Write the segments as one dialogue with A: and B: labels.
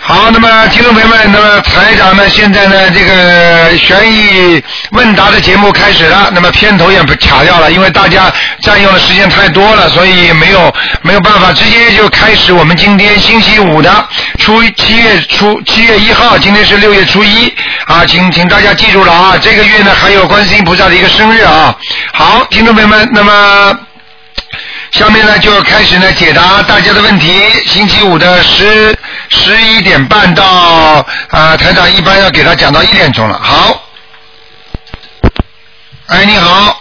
A: 好，那么听众朋友们，那么台长呢，现在呢，这个悬疑问答的节目开始了。那么片头也不卡掉了，因为大家占用的时间太多了，所以没有没有办法，直接就开始我们今天星期五的初七月初七月一号，今天是六月初一啊，请请大家记住了啊，这个月呢还有观世音菩萨的一个生日啊。好，听众朋友们，那么。下面呢就开始呢解答大家的问题。星期五的十十一点半到啊、呃台长一般要给他讲到一点钟了。好，哎，你好，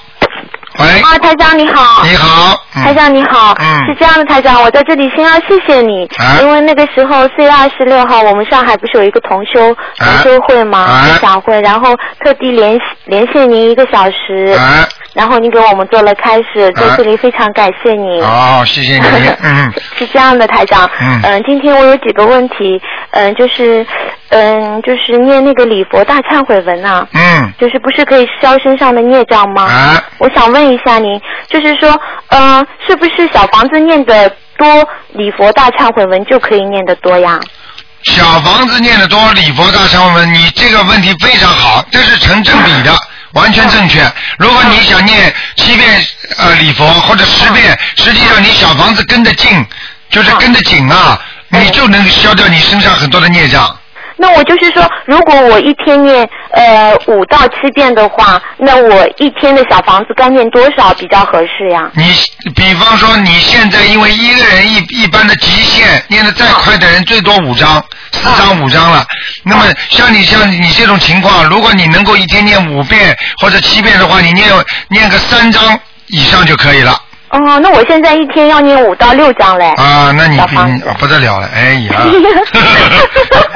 A: 喂，
B: 啊，台长你好。
A: 你好，嗯
B: 台长你好，
A: 嗯
B: 是这样的，台长，我在这里先要谢谢你，
A: 啊
B: 因为那个时候四月二十六号，我们上海不是有一个同修同
A: 啊
B: 修会吗？
A: 啊
B: 分享会，然后特地联系连线您一个小时，
A: 哎，
B: 然后你给我们做了开始，
A: 啊
B: 在这里非常感谢你。
A: 好，哦谢谢你，嗯，
B: 是这样的，台长。
A: 嗯
B: 今天我有几个问题，嗯、就是，嗯、就是念那个礼佛大忏悔文啊，
A: 嗯，
B: 就是不是可以消身上的孽障吗？
A: 哎，
B: 我想问一下您，就是说，呃，是不是小房子念的多，礼佛大忏悔文就可以念得多呀？
A: 小房子念得多，礼佛大忏悔文，你这个问题非常好，这是成正比的，完全正确。如果你想念七遍呃礼佛或者十遍，实际上你小房子跟得近，就是跟得紧啊，
B: 嗯
A: 你就能消掉你身上很多的孽障。
B: 那我就是说，如果我一天念呃五到七遍的话，那我一天的小房子该念多少比较合适呀？
A: 你比方说你现在因为一个人一一般的极限念得再快的人最多五张、四张、五张了。那么像你像你这种情况，如果你能够一天念五遍或者七遍的话，你念念个三张以上就可以了。
B: 哦、那我现在一天要念五到六张嘞。
A: 啊，那你
B: 小
A: 比
B: 房
A: 你
B: 子，
A: 啊不得了了，哎呀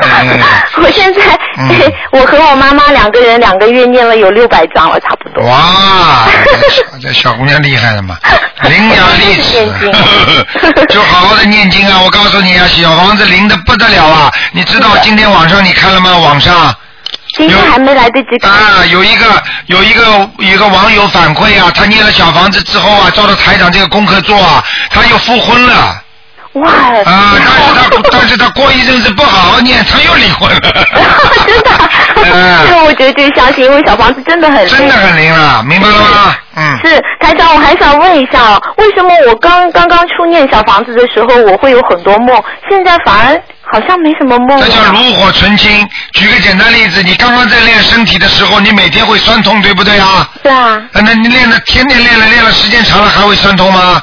A: 哎
B: 我现在、
A: 啊嗯
B: 我和我妈妈两个人两个月念了有六百张了，差不多。
A: 哇，这小姑娘厉害了 嘛，伶牙俐齿， 就好好的念经啊！我告诉你啊，小房子灵的不得了啊！你知道今天晚上你看了吗？网上。
B: 今天还没来得及看。
A: 啊，有一个有一个有一个网友反馈啊，他念了小房子之后啊，照着台长这个功课做啊，他又复婚了啊，
B: 哇！。
A: 但是他但是他过一阵子不好好念，他又离婚了
B: 真的，这个
A: 嗯，
B: 我绝对相信，因为小房子真的很
A: 真的很灵了，明白了吗？嗯。
B: 是台长，我还想问一下哦，为什么我刚刚刚初念小房子的时候，我会有很多梦，现在反而好像没什么梦
A: 这叫
B: 了？
A: 炉火纯青。举个简单例子，你刚刚在练身体的时候，你每天会酸痛，对不对啊？
B: 是啊，
A: 啊那你练了，天天练了，练了时间长了还会酸痛吗？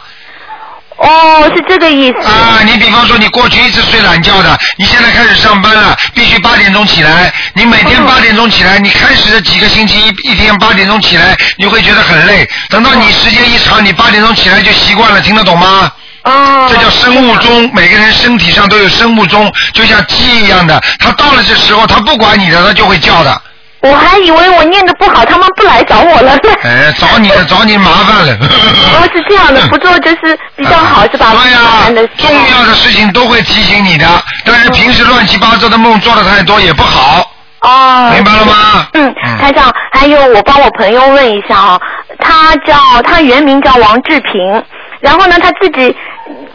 B: 哦，是这个意思。
A: 啊，你比方说你过去一直睡懒觉的，你现在开始上班了，必须八点钟起来。你每天
B: 哦
A: 八点钟起来，你开始的几个星期一一天八点钟起来，你会觉得很累。等到你时间一长，你八点钟起来就习惯了，听得懂吗？
B: 哦，
A: 这叫生物钟，每个人身体上都有生物钟，就像鸡一样的，它到了这时候，它不管你的，它就会叫的。
B: 我还以为我念的不好，他们不来找我了。
A: 哎，找你的，找你麻烦了。
B: 哦，是这样
A: 嗯
B: 的，不做就是比较好，是吧？
A: 对呀、
B: 麻烦的事
A: 重要的事情都会提醒你的，但是平时乱七八糟的梦做的太多也不好，
B: 哦，
A: 明白了吗？
B: 嗯，台长，还有我帮我朋友问一下啊、他叫他原名叫王志平，然后呢他自己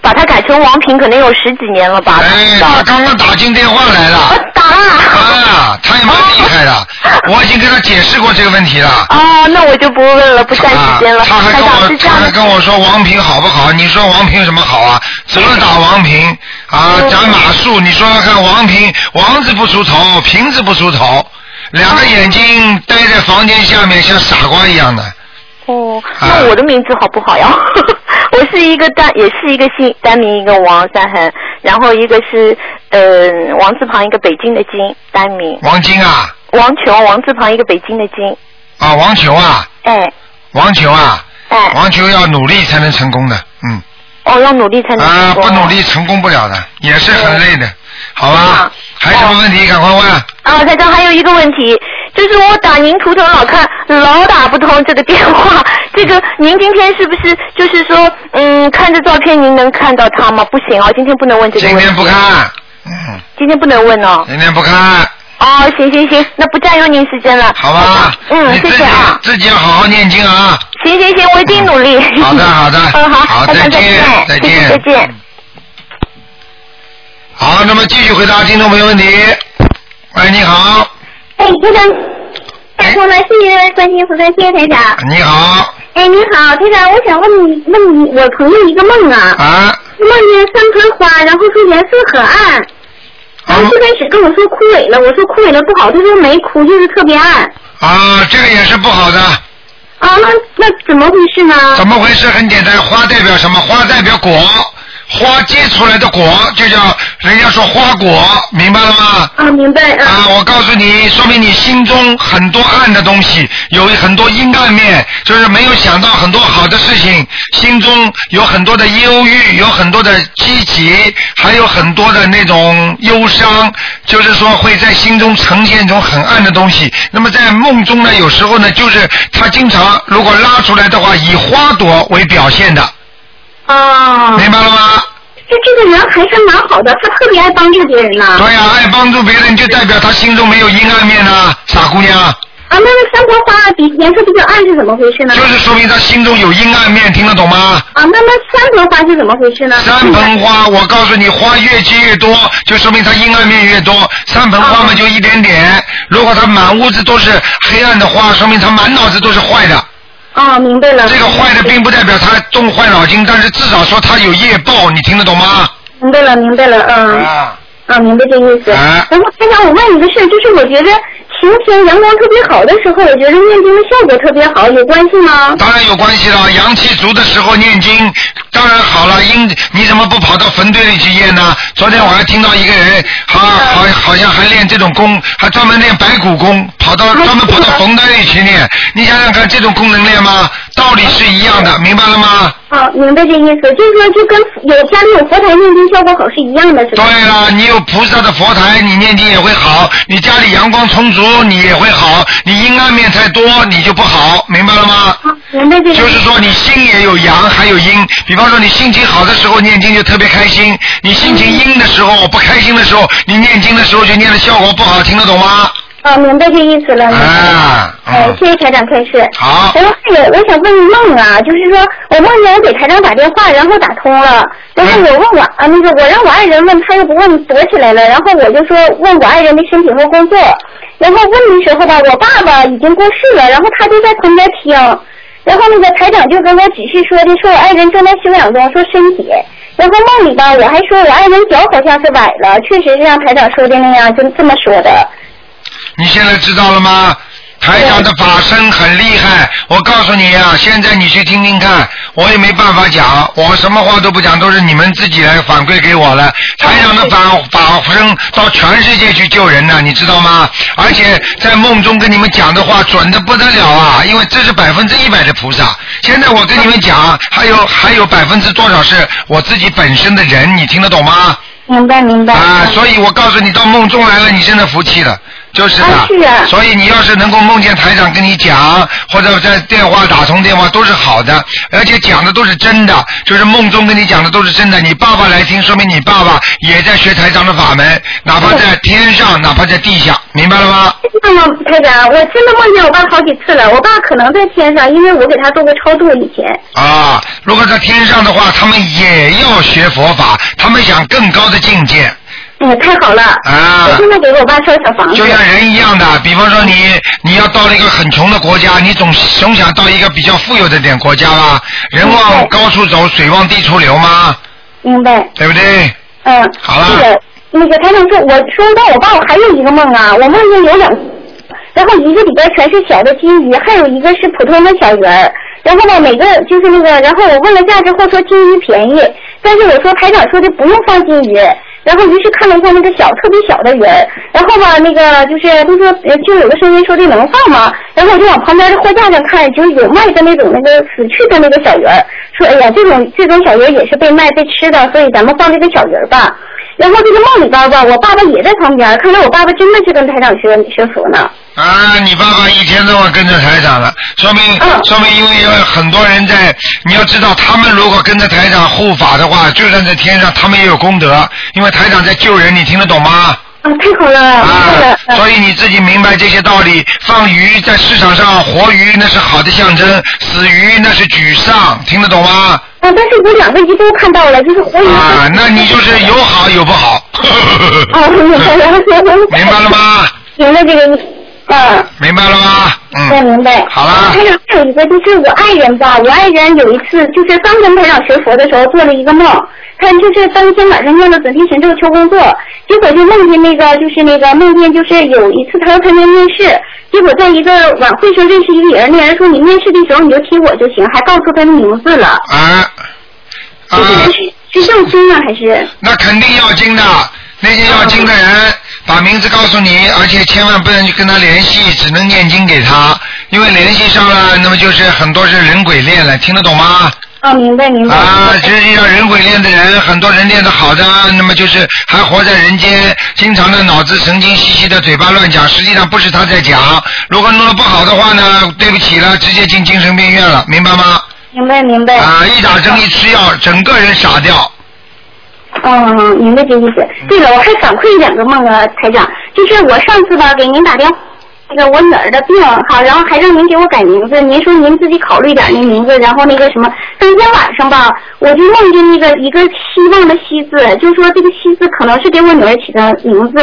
B: 把他改成王平，可能有十几年了吧。
A: 哎，他刚刚打进电话来
B: 我
A: 了，
B: 打了。
A: 啊，他也蛮厉害的，我已经跟他解释过这个问题了。
C: 啊
B: 哦，那我就不问了，不占时间了。
A: 啊他还
B: 台
A: 跟我，
B: 长是这
A: 他
B: 样
A: 还
B: 的，
A: 跟我说王平好不好？你说王平什么好啊？责打王平啊，
B: 嗯
A: 斩马谡。你说说看，王平王字不出头，平字不出头，两个眼睛待在房间下面，像傻瓜一样的。
B: 哦，
A: 啊
B: 那我的名字好不好呀？ 我是一个单，也是一个姓单名，一个王三横，然后一个是嗯、呃、王字旁一个北京的京单名，
A: 王晶啊，
B: 王琼王字旁一个北京的京，
A: 啊，王球啊，
B: 哎
A: 王球啊，
B: 哎。
A: 王球要努力才能成功的，嗯，
B: 哦，要努力才能
A: 啊，
B: 成功。
A: 不努。力成功不了的，也是很累
B: 嗯
A: 的，好吧
B: 啊？
A: 还有什么问题？赶快问。
B: 啊，台长还有一个问题，就是我打您图腾老看老打不通这个电话，这个您今天是不是就是说，嗯，看着照片您能看到他吗？不行哦，今天不能问这个
A: 今
B: 问题，
A: 天不看，哎嗯，
B: 今天不能问哦。
A: 今天不看。
B: 哦，行行行，那不占用您时间了。
A: 好吧，
B: 嗯，
A: 你
B: 谢
A: 自己
B: 谢啊。
A: 自己要好好念经啊。
B: 行行行，我一定努力。
A: 嗯好的，好的，
B: 嗯，好，
A: 好，
B: 台
A: 再
B: 长
A: 见，
B: 再
A: 再
B: 谢谢
A: 见，
B: 再见。。
A: 好，那么继续回答听众朋友问题。喂，你好，
D: 哎，台长，打通了，谢谢关心菩萨，谢谢台长。
A: 哎你好，
D: 哎，你好，台长，我想问你问你，我朋友一个梦啊，
A: 啊，
D: 梦见三盆花，然后说颜色可暗，
A: 啊
D: 然后最开始跟我说枯萎了，我说枯萎了不好，他说没枯，就是特别暗。
A: 啊，这个也是不好的。
D: 啊，那那怎么回事呢？
A: 怎么回事？很简单，花代表什么？花代表果，花结出来的果就叫人家说花果，明白了吗？
D: 啊，明白
A: 啊，
D: 啊。
A: 我告诉你，说明你心中很多暗的东西，有很多阴暗面，就是没有想到很多好的事情，心中有很多的忧郁，有很多的积极，还有很多的那种忧伤，就是说会在心中呈现一种很暗的东西。那么在梦中呢，有时候呢，就是它经常如果拉出来的话，以花朵为表现的，
E: 哦
D: 啊，
A: 明白了吗？
D: 这哎这个人还是蛮好的，他特别爱帮助别人呢。啊，
A: 对呀、爱帮助别人就代表他心中没有阴暗面呐、傻姑娘。
D: 啊那个三盆花比颜色比较暗是怎么回事呢？
A: 就是说明他心中有阴暗面，听得懂吗？
D: 啊，那那三盆花是怎么回事呢？
A: 三盆花，我告诉你，花越结越多，就说明他阴暗面越多。三盆
D: 啊
A: 花嘛，就一点点。如果他满屋子都是黑暗的花，说明他满脑子都是坏的。
D: 啊，明白了。
A: 这个坏的并不代表他动坏脑筋，但是至少说他有业报，你听得懂吗？
D: 明白了，明白了，嗯，啊，
A: 啊，
D: 明白这意思。
A: 啊
D: 然后台长，我问一个事儿，就是我觉得晴天阳光特别好的时候，我觉得念经的效果特别好，有关系吗？
A: 当然有关系了。阳气足的时候念经，当然好了。阴，你怎么不跑到坟堆里去验呢？昨天我还听到一个人，好
D: 嗯
A: 好好像还练这种功，还专门练白骨功，跑到
D: 嗯
A: 专门跑到坟堆里去练。你想想看，这种功能练吗？道理是一样的，
D: 嗯
A: 明白了吗？
D: 啊，明白这意思，就是说就跟有家里有佛台念经效果好是一样的，是
A: 对
D: 吧？
A: 了，你有菩萨的佛台，你念经也会好；你家里阳光充足，你也会好；你阴暗面太多，你就不好，明白了吗？
D: 啊，明白这个。
A: 就是说你心也有阳，还有阴。比方说你心情好的时候念经就特别开心，你心情阴的时候、不开心的时候，你念经的时候就念的效果不好，听得懂吗？
D: 啊，明白这意思了。明白了
A: 啊，
D: 哎，
A: 嗯，
D: 谢谢台长开示。
A: 好
D: 然后还有，我想问梦啊，就是说我梦见我给台长打电话，然后打通了，然后我问我啊那个我让我爱人问，他又不问，躲起来了，然后我就说问我爱人的身体和工作，然后问的时候吧，我爸爸已经过世了，然后他就在旁边听，啊然后那个台长就跟我指示说的，说我爱人正在休养中，说身体。然后梦里吧，我还说我爱人脚好像是崴了，确实是像台长说的那样，就这么说的。
A: 你现在知道了吗？台长的法身很厉害，我告诉你啊，现在你去听听看，我也没办法讲，我什么话都不讲，都是你们自己来反馈给我了。台长的法法身到全世界去救人呢、你知道吗？而且在梦中跟你们讲的话准的不得了啊，因为这是百分之一百的菩萨。现在我跟你们讲，还有还有百分之多少是我自己本身的人，你听得懂吗？
D: 明白明白。
A: 啊，所以我告诉你，到梦中来了，你真的服气了，就是的。
D: 啊是啊
A: 所以你要是能够梦见台长跟你讲，或者在电话打通电话，都是好的，而且讲的都是真的，就是梦中跟你讲的都是真的。你爸爸来听，说明你爸爸也在学台长的法门，哪怕在天上，哪怕在地下，明白了吗？
D: 那么台长，啊我真的梦见我爸好几次了。我爸可能在天上，因为我给他做过超度以前。
A: 啊，如果在天上的话，他们也要学佛法，他们想更高的境界
D: 哎，太好了！
A: 啊。
D: 我现在给我爸烧小房子
A: 就。像人一样的，比方说你你要到了一个很穷的国家，你总总想到一个比较富有的点国家吧？人往高处走，水往低处流嘛，
D: 明白，
A: 对不对？
D: 嗯。
A: 好了
D: 那个那个台长说，我说到我爸，我还有一个梦啊，我梦见有两，然后一个里边全是小的金鱼，还有一个是普通的小鱼儿。然后吧，每个就是那个，然后我问了价之后说金鱼便宜，但是我说台长说的不用放金鱼，然后于是看了一下那个小特别小的鱼儿，然后吧那个就是他说呃就有个声音说这能放吗？然后我就往旁边的货架上看，就是有卖的那种那个死去的那个小鱼儿，说哎呀这种这种小鱼儿也是被卖被吃的，所以咱们放这个小鱼儿吧。然后这个梦里边吧，我爸爸也在旁边，看来我爸爸真的是跟台长学学佛呢。
A: 啊，你爸爸一天到晚跟着台长了，说明
D: 嗯
A: 说明因为有很多人在，你要知道他们如果跟着台长护法的话，就算在天上，他们也有功德，因为台长在救人，你听得懂吗？
D: 啊，太好了，太好
A: 啊
D: 了，，嗯
A: 所以你自己明白这些道理。放鱼在市场上，活鱼那是好的象征，死鱼那是沮丧，听得懂吗？
D: 啊，但是有两个鱼都看到了，就是活鱼。
A: 啊，那你就是有好有不好。
D: 哦，明白了，
A: 嗯明白了？吗？
D: 明白这个意思。嗯，
A: 明白了吗？
D: 我
A: 嗯，
D: 明白。
A: 好啦
D: 还有还有一个就是我爱人吧，我爱人有一次就是刚跟台长学佛的时候做了一个梦，他就是当天晚上念了准提神咒求工作，结果就梦见那个就是那个梦见就是有一次他要参加面试，结果在一个晚会上认识一个人，那人说你面试的时候你就提我就行，还报出他的名字了。
A: 啊啊
D: 这，个人是是要经呢还是？哦
A: 那肯定要精的。那些要精的人，把名字告诉你，而且千万不能去跟他联系，只能念经给他，因为联系上了，那么就是很多是人鬼恋了，听得懂吗？
D: 哦，明白明白。
A: 啊，实际上人鬼恋的人，很多人练得好的，那么就是还活在人间，经常的脑子神经兮兮的，嘴巴乱讲，实际上不是他在讲。如果弄得不好的话呢，对不起了，直接进精神病院了，明白吗？
D: 明白明白。
A: 啊，一打针一吃药，整个人傻掉。
D: 嗯，明白这意思。对了，我还反馈两个梦啊，台长，就是我上次吧给您打电话，那个我女儿的病哈，然后还让您给我改名字，您说您自己考虑点那名字，然后那个什么，当天晚上吧，我就梦见那个一个希望的希字，就说这个希字可能是给我女儿起的名字，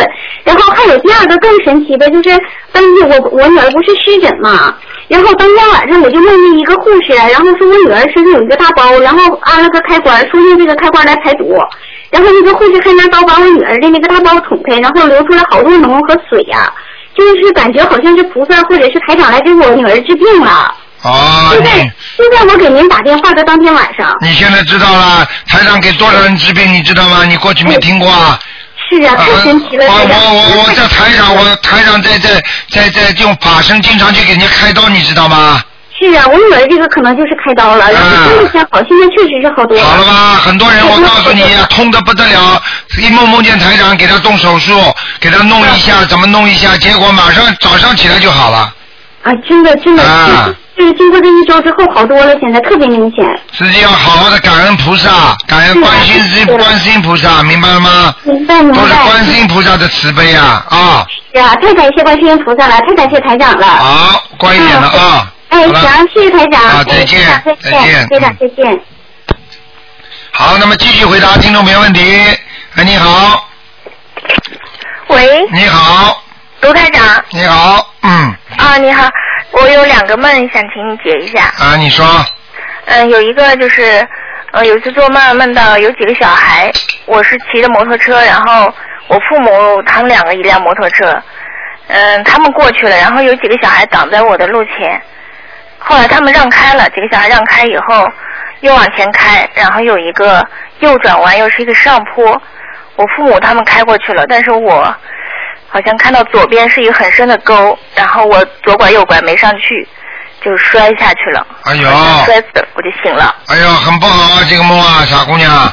D: 然后还有第二个更神奇的就是，当时我我女儿不是湿疹嘛，然后当天晚上我就梦见一个护士，然后说我女儿身上有一个大包，然后安了个开关，说用这个开关来排毒。然后那个护士还拿刀把我女儿的那个大包捅开，然后流出来好多脓和水呀、就是感觉好像是菩萨或者是台长来给我女儿治病了。
A: 哦，
D: 就在
A: 你
D: 就在我给您打电话的当天晚上。
A: 你现在知道了，台长给多少人治病，你知道吗？你过去没听过啊？
D: 嗯是啊，太神奇了，
A: 啊
D: 台
A: 我
D: 长。
A: 我我我在台长，我台长在在在在用法身经常去给人家开刀，你知道吗？
D: 是啊，我女儿这个可能就是开刀了，然
A: 啊
D: 后真的像好，现在确实是好多了。
A: 好了吧，很多人我告诉你，痛得不得了，一梦梦见台长给他动手术，给他弄一
D: 嗯
A: 下，怎么弄一下，结果马上早上起来就好了。
D: 啊，真的真的，
A: 啊
D: 就是经过这一周之后好多了，现在特别明显。
A: 自己要好好的感恩菩萨，感恩观世音观世音菩萨，明白了吗？
D: 明白明
A: 都是观
D: 白。
A: 世音菩萨的慈悲啊啊！
D: 是啊，太感谢观世音菩萨了，太感谢台长了。
A: 好，乖一点了啊。
D: 哎，
A: 好了，
D: 行，谢谢台长。
A: 啊
D: 哎
A: 再见
D: 台长
A: 再
D: 再
A: 见嗯
D: 见，台长，再见。
A: 好，那么继续回答听众朋友问题。哎，你好，
C: 喂，
A: 你好，
C: 卢台长
A: 你好，嗯
C: 啊，你好，我有两个梦想请你解一下。
A: 啊，你说，
C: 嗯，有一个就是，呃，有一次做梦梦到有几个小孩，我是骑着摩托车，然后我父母他们两个一辆摩托车，嗯，他们过去了，然后有几个小孩挡在我的路前，后来他们让开了，几个小孩让开以后又往前开，然后有一个右转弯又是一个上坡，我父母他们开过去了，但是我好像看到左边是一个很深的沟，然后我左拐右拐没上去，就摔下去了。
A: 哎呦，
C: 摔死了，我就醒了。
A: 哎呦，很不好啊，这个梦啊，傻姑娘。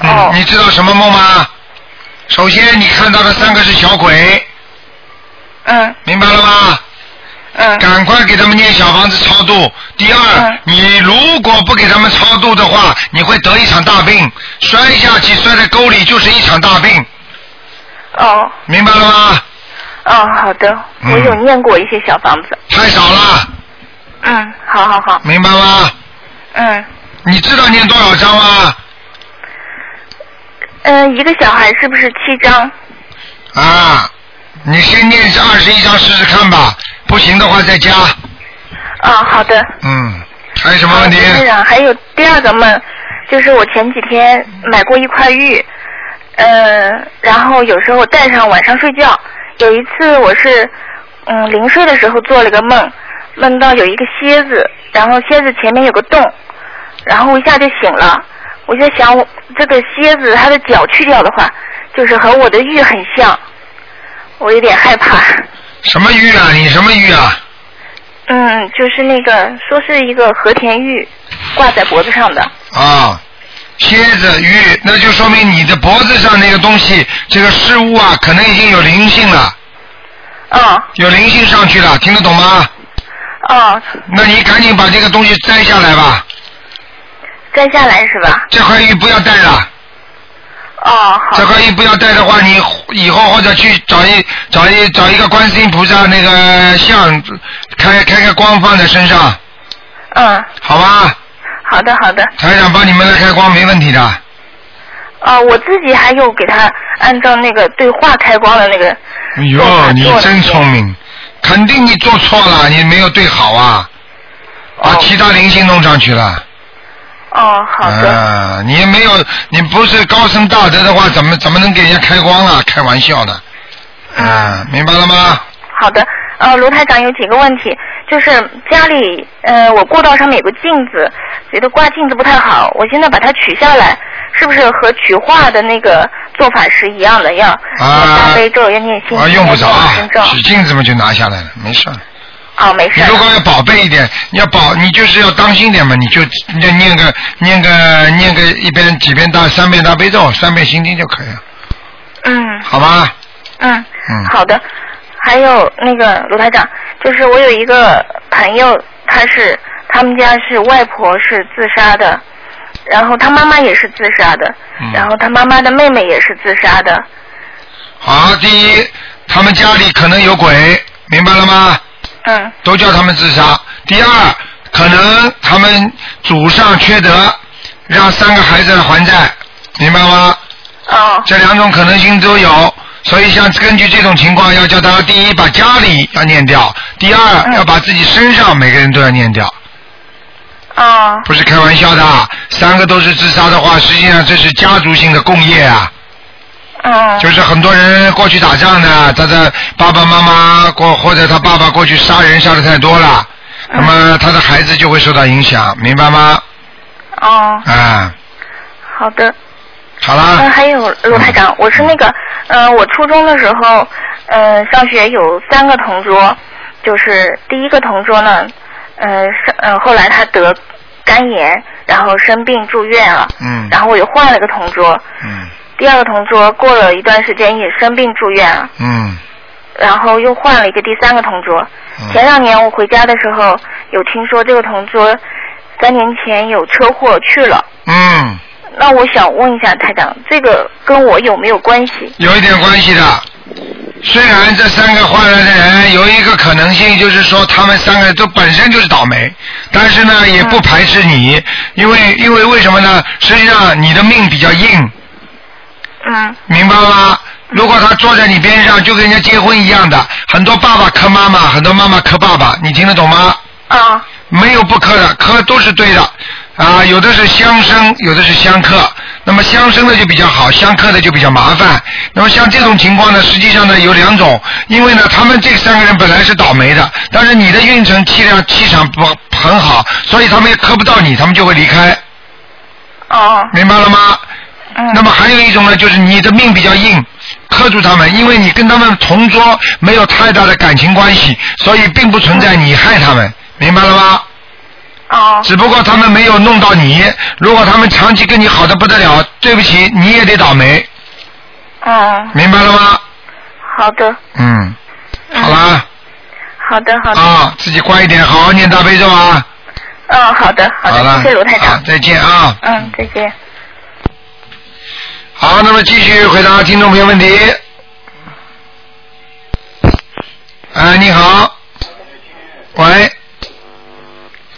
A: 嗯，
C: 哦
A: 你知道什么梦吗？首先，你看到的三个是小鬼，
C: 嗯
A: 明白了吗？
C: 嗯
A: 赶快给他们念小房子超度。第二，
C: 嗯
A: 你如果不给他们超度的话，你会得一场大病，摔下去摔在沟里就是一场大病，
C: 哦
A: 明白了吗？
C: 哦，好的，
A: 嗯
C: 我有念过一些小房子。
A: 太少了，
C: 嗯，好好好，
A: 明白吗？
C: 嗯
A: 你知道念多少章吗？
C: 嗯，一个小孩是不是七张？
A: 啊，你先念二十一章试试看吧，不行的话再加。
C: 啊，好的。
A: 嗯，还有什么问题？
C: 啊、队长，还有第二个梦，就是我前几天买过一块玉，嗯，然后有时候戴上晚上睡觉。有一次我是嗯临睡的时候做了个梦，梦到有一个蝎子，然后蝎子前面有个洞，然后我一下就醒了。我就想，我这个蝎子它的脚去掉的话，就是和我的玉很像，我有点害怕。
A: 什么玉啊？你什么玉啊？
C: 嗯，就是那个说是一个和田玉挂在脖子上的。
A: 啊，蝎子玉，那就说明你的脖子上那个东西，这个事物啊，可能已经有灵性了，
C: 哦
A: 有灵性上去了，听得懂吗？
C: 哦，
A: 那你赶紧把这个东西摘下来吧，
C: 摘下来是吧？
A: 这块玉不要戴了，
C: 哦，好
A: 这。块衣服要带的话，你以后或者去找一找一找一个观世音菩萨那个像，开开个光放在身上，
C: 嗯，
A: 好吧？
C: 好的好的。
A: 台长帮你们来开光没问题的。
C: 哦，我自己还有给他按照那个对话开光的那个
A: 哎呦，你真聪明，肯定你做错了，你没有对好啊，把
C: 哦
A: 其他灵性弄上去了。
C: 哦，好的。
A: 啊，你没有，你不是高僧大德的话，怎么怎么能给人家开光啊？开玩笑呢。啊，明白了吗？
C: 好的，呃，卢台长有几个问题，就是家里，呃，我过道上面有个镜子，觉得挂镜子不太好，我现在把它取下来，是不是和取画的那个做法是一样的？要念大悲咒，要念心经，
A: 啊，用不着
C: 要念往生咒。
A: 取镜子嘛就拿下来了，没事儿。
C: 啊，没事
A: 你
C: 儿。
A: 如果要宝贝一点，你要保，你就是要当心点嘛，你就你就念个念个念个一遍几遍大三遍大悲咒，三遍心经就可以了，
C: 嗯
A: 好吧？
C: 嗯
A: 嗯
C: 好的。还有那个卢台长，就是我有一个朋友，他是他们家是外婆是自杀的，然后他妈妈也是自杀的，
A: 嗯
C: 然后他妈妈的妹妹也是自杀的。
A: 好，第一，他们家里可能有鬼，明白了吗？
C: 嗯
A: 都叫他们自杀。第二，可能他们祖上缺德，让三个孩子还债，明白吗？
C: 哦
A: 这两种可能性都有。所以，像根据这种情况，要叫他第一把家里要念掉，第二
C: 嗯
A: 要把自己身上每个人都要念掉，
C: 哦
A: 不是开玩笑的。啊三个都是自杀的话，实际上这是家族性的共业啊。
C: 嗯
A: 就是很多人过去打仗呢，他的爸爸妈妈过或者他爸爸过去杀人杀的太多了，那么他的孩子就会受到影响，明白吗？
C: 哦
A: 啊，
C: 好的。
A: 好
C: 嗯，
A: 啦，
C: 还有卢台长，我是那个，嗯、我初中的时候，嗯、上学有三个同桌，就是第一个同桌呢，嗯、呃，上，嗯、后来他得肝炎，然后生病住院了，
A: 嗯
C: 然后我又换了个同桌，
A: 嗯
C: 第二个同桌过了一段时间也生病住院了，
A: 嗯
C: 然后又换了一个第三个同桌，前
A: 嗯，
E: 啊
C: 两年我回家的时候有听说这个同桌三年前有车祸去了。
A: 嗯，
C: 那我想问一下台长，这个跟我有没有关系？
A: 有一点关系的。虽然这三个换来的人有一个可能性，就是说他们三个都本身就是倒霉，但是呢也不排斥你，因为因为为什么呢？实际上你的命比较硬，
C: 嗯
A: 明白吗？如果他坐在你边上，就跟人家结婚一样的，很多爸爸磕妈妈，很多妈妈磕爸爸，你听得懂吗？
C: 啊
A: 没有不磕的，磕都是对的，啊，有的是相生，有的是相克。那么相生的就比较好，相克的就比较麻烦。那么像这种情况呢，实际上呢有两种，因为呢他们这三个人本来是倒霉的，但是你的运程气量气场不很好，所以他们也磕不到你，他们就会离开，
C: 哦
A: 明白了吗？
C: 嗯
A: 那么还有一种呢，就是你的命比较硬，克住他们，因为你跟他们同桌没有太大的感情关系，所以并不存在你害他们，明白了吗？
C: 哦
A: 只不过他们没有弄到你，如果他们长期跟你好的不得了，对不起，你也得倒霉，
C: 嗯，
A: 明白了吗？
C: 好的
A: 嗯，好啦，
C: 好的好的
A: 啊，自己乖一点，好好念大悲咒啊。
C: 嗯好的好
A: 好了，
C: 的，谢谢卢台
A: 啊
C: 长，
A: 再见啊。
C: 嗯再见。
A: 好，那么继续回答听众朋友问题。哎，你好，喂，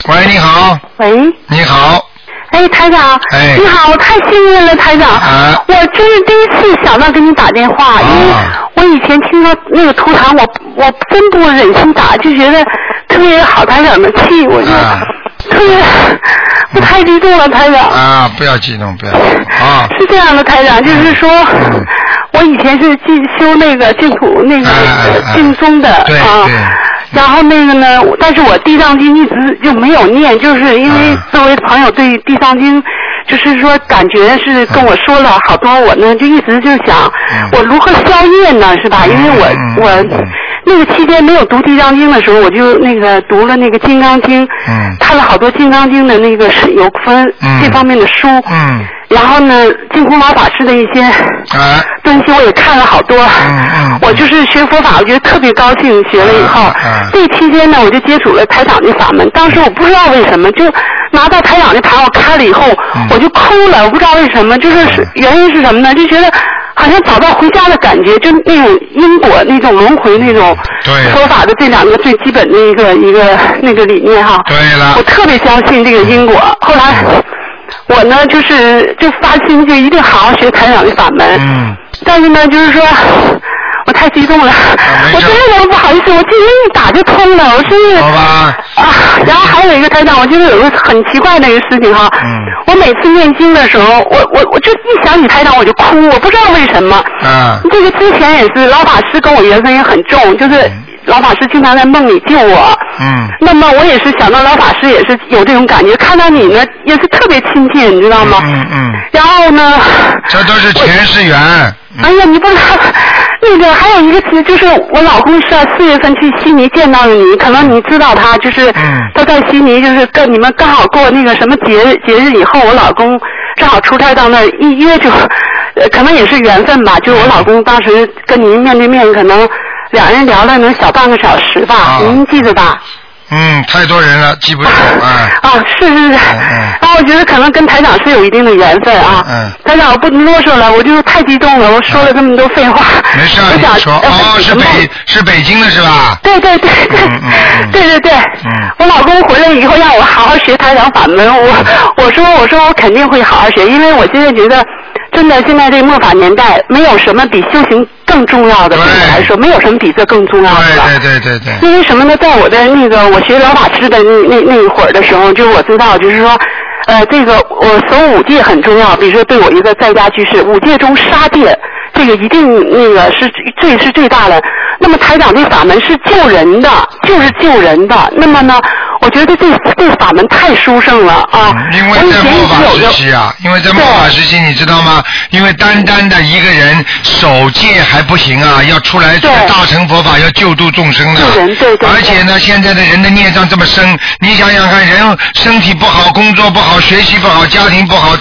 A: 喂，你好，
D: 喂，
A: 你好，
D: 哎，台长，
A: 哎
D: 你好，我太幸运了，台长，
A: 啊
D: 我真是第一次想到给你打电话，
A: 啊
D: 因为我以前听到那个图谈，我我真不忍心打，就觉得特别好台长的气，我就、
A: 啊嗯
D: 特别，我太激动了，台长。
A: 啊，不要激动，不要激动啊，
D: 是这样的，台长，就是说，
A: 嗯
D: 我以前是进修那个净土那个
A: 哎哎哎
D: 净宗的
A: 对
D: 啊
A: 对，
D: 然后那个呢，我但是我地藏经一直就没有念，就是因为
A: 嗯
D: 作为朋友对地藏经。就是说，感觉是跟我说了好多，我呢就一直就想
A: 嗯，
D: 我如何消业呢？是吧？因为
A: 嗯嗯
D: 我我
A: 嗯
F: 那个期间没有读《地藏经》的时候，我就那个读了那个《金刚经》，
A: 嗯
F: 看了好多《金刚经》的那个是有关
A: 嗯
F: 这方面的书，
A: 嗯
F: 然后呢，净空老法师的一些
A: 啊
F: 东西我也看了好多。
A: 嗯嗯
F: 我就是学佛法，我觉得特别高兴，学了以后，
A: 嗯嗯
F: 这期间呢，我就接触了台长的法门。当时我不知道为什么，就拿到台长的牌，我开了以后，
A: 嗯
F: 我就哭了，我不知道为什么，就是是原因是什么呢？就觉得。好像找到回家的感觉，就那种因果、那种轮回、那种
A: 对
F: 佛法的这两个最基本的一个一个那个理念哈。
A: 对了
F: 我特别相信这个因果。后来我呢，就是就发心，就一定好好学台长的法门。
A: 嗯，
F: 但是呢，就是说我太激动了，
A: 啊没事
F: 我真的都不好意思，我今天一打就通了，我真是
A: 好吧，
F: 啊。然后还有一个台长，我觉得有个很奇怪的一个事情哈，
A: 嗯
F: 我每次念经的时候，我我我就一想起台长我就哭，我不知道为什么。
A: 啊
F: 这个之前也是老法师跟我缘分也很重，就是
A: 嗯
F: 老法师经常在梦里救我。
A: 嗯
F: 那么我也是想到老法师也是有这种感觉，看到你呢也是特别亲切，你知道吗？
A: 嗯嗯，
F: 然后呢，
A: 这都是前世缘。
F: 哎呀，你不知道，那个还有一个其实就是我老公是在四月份去悉尼见到了你，可能你知道他，就是
A: 嗯
F: 他在悉尼就是跟你们刚好过那个什么节日节日以后，我老公正好出差到那儿一约就，呃可能也是缘分吧，就是我老公当时跟您面对面，可能两人聊了能小半个小时吧，
A: 啊
F: 您记得吧？
A: 嗯，太多人了，记不住啊。
F: 哦，是是是，然哦后我觉得可能跟台长是有一定的缘分啊。
A: 嗯
F: 台长，我不啰嗦了，我就是太激动了，我说了这么多废话。
A: 没事啊，
F: 我想
A: 你说
F: 呃
A: 哦，是
F: 怎么
A: 北是北京的是吧？
F: 对对对对
A: 嗯嗯嗯
F: 对对对
A: 嗯，
F: 我老公回来以后让我好好学台长法门，
A: 嗯
F: 我我说我说我肯定会好好学，因为我现在觉得。真的，现在这末法年代，没有什么比修行更重要的。
A: 对
F: 对我来说，没有什么比这更重要的了。
A: 对对对对对，
F: 因为什么呢？在我的那个我学疗法师的那那那一会儿的时候，就是我知道，就是说，呃，这个我守五戒很重要。比如说，对我一个在家居士，五戒中杀戒，这个一定那个是最是最大的。那么台长这法门是救人的，就是救人的。那么呢，我觉得这这法门太殊胜了啊！
A: 嗯因为
F: 我以
A: 在
F: 前
A: 末
F: 一
A: 法
F: 直有
A: 时
F: 个
A: 期啊，因为在末
F: 对
A: 法时期，你知道吗？因为单单的一个人守戒还不行啊，要出来这个
F: 对
A: 大乘佛法，要救度众生的。
F: 救人对对对
A: 而且呢，现在的人的孽障这么深，你想想看，人身体不好，工作不好，学习不好，家庭不好。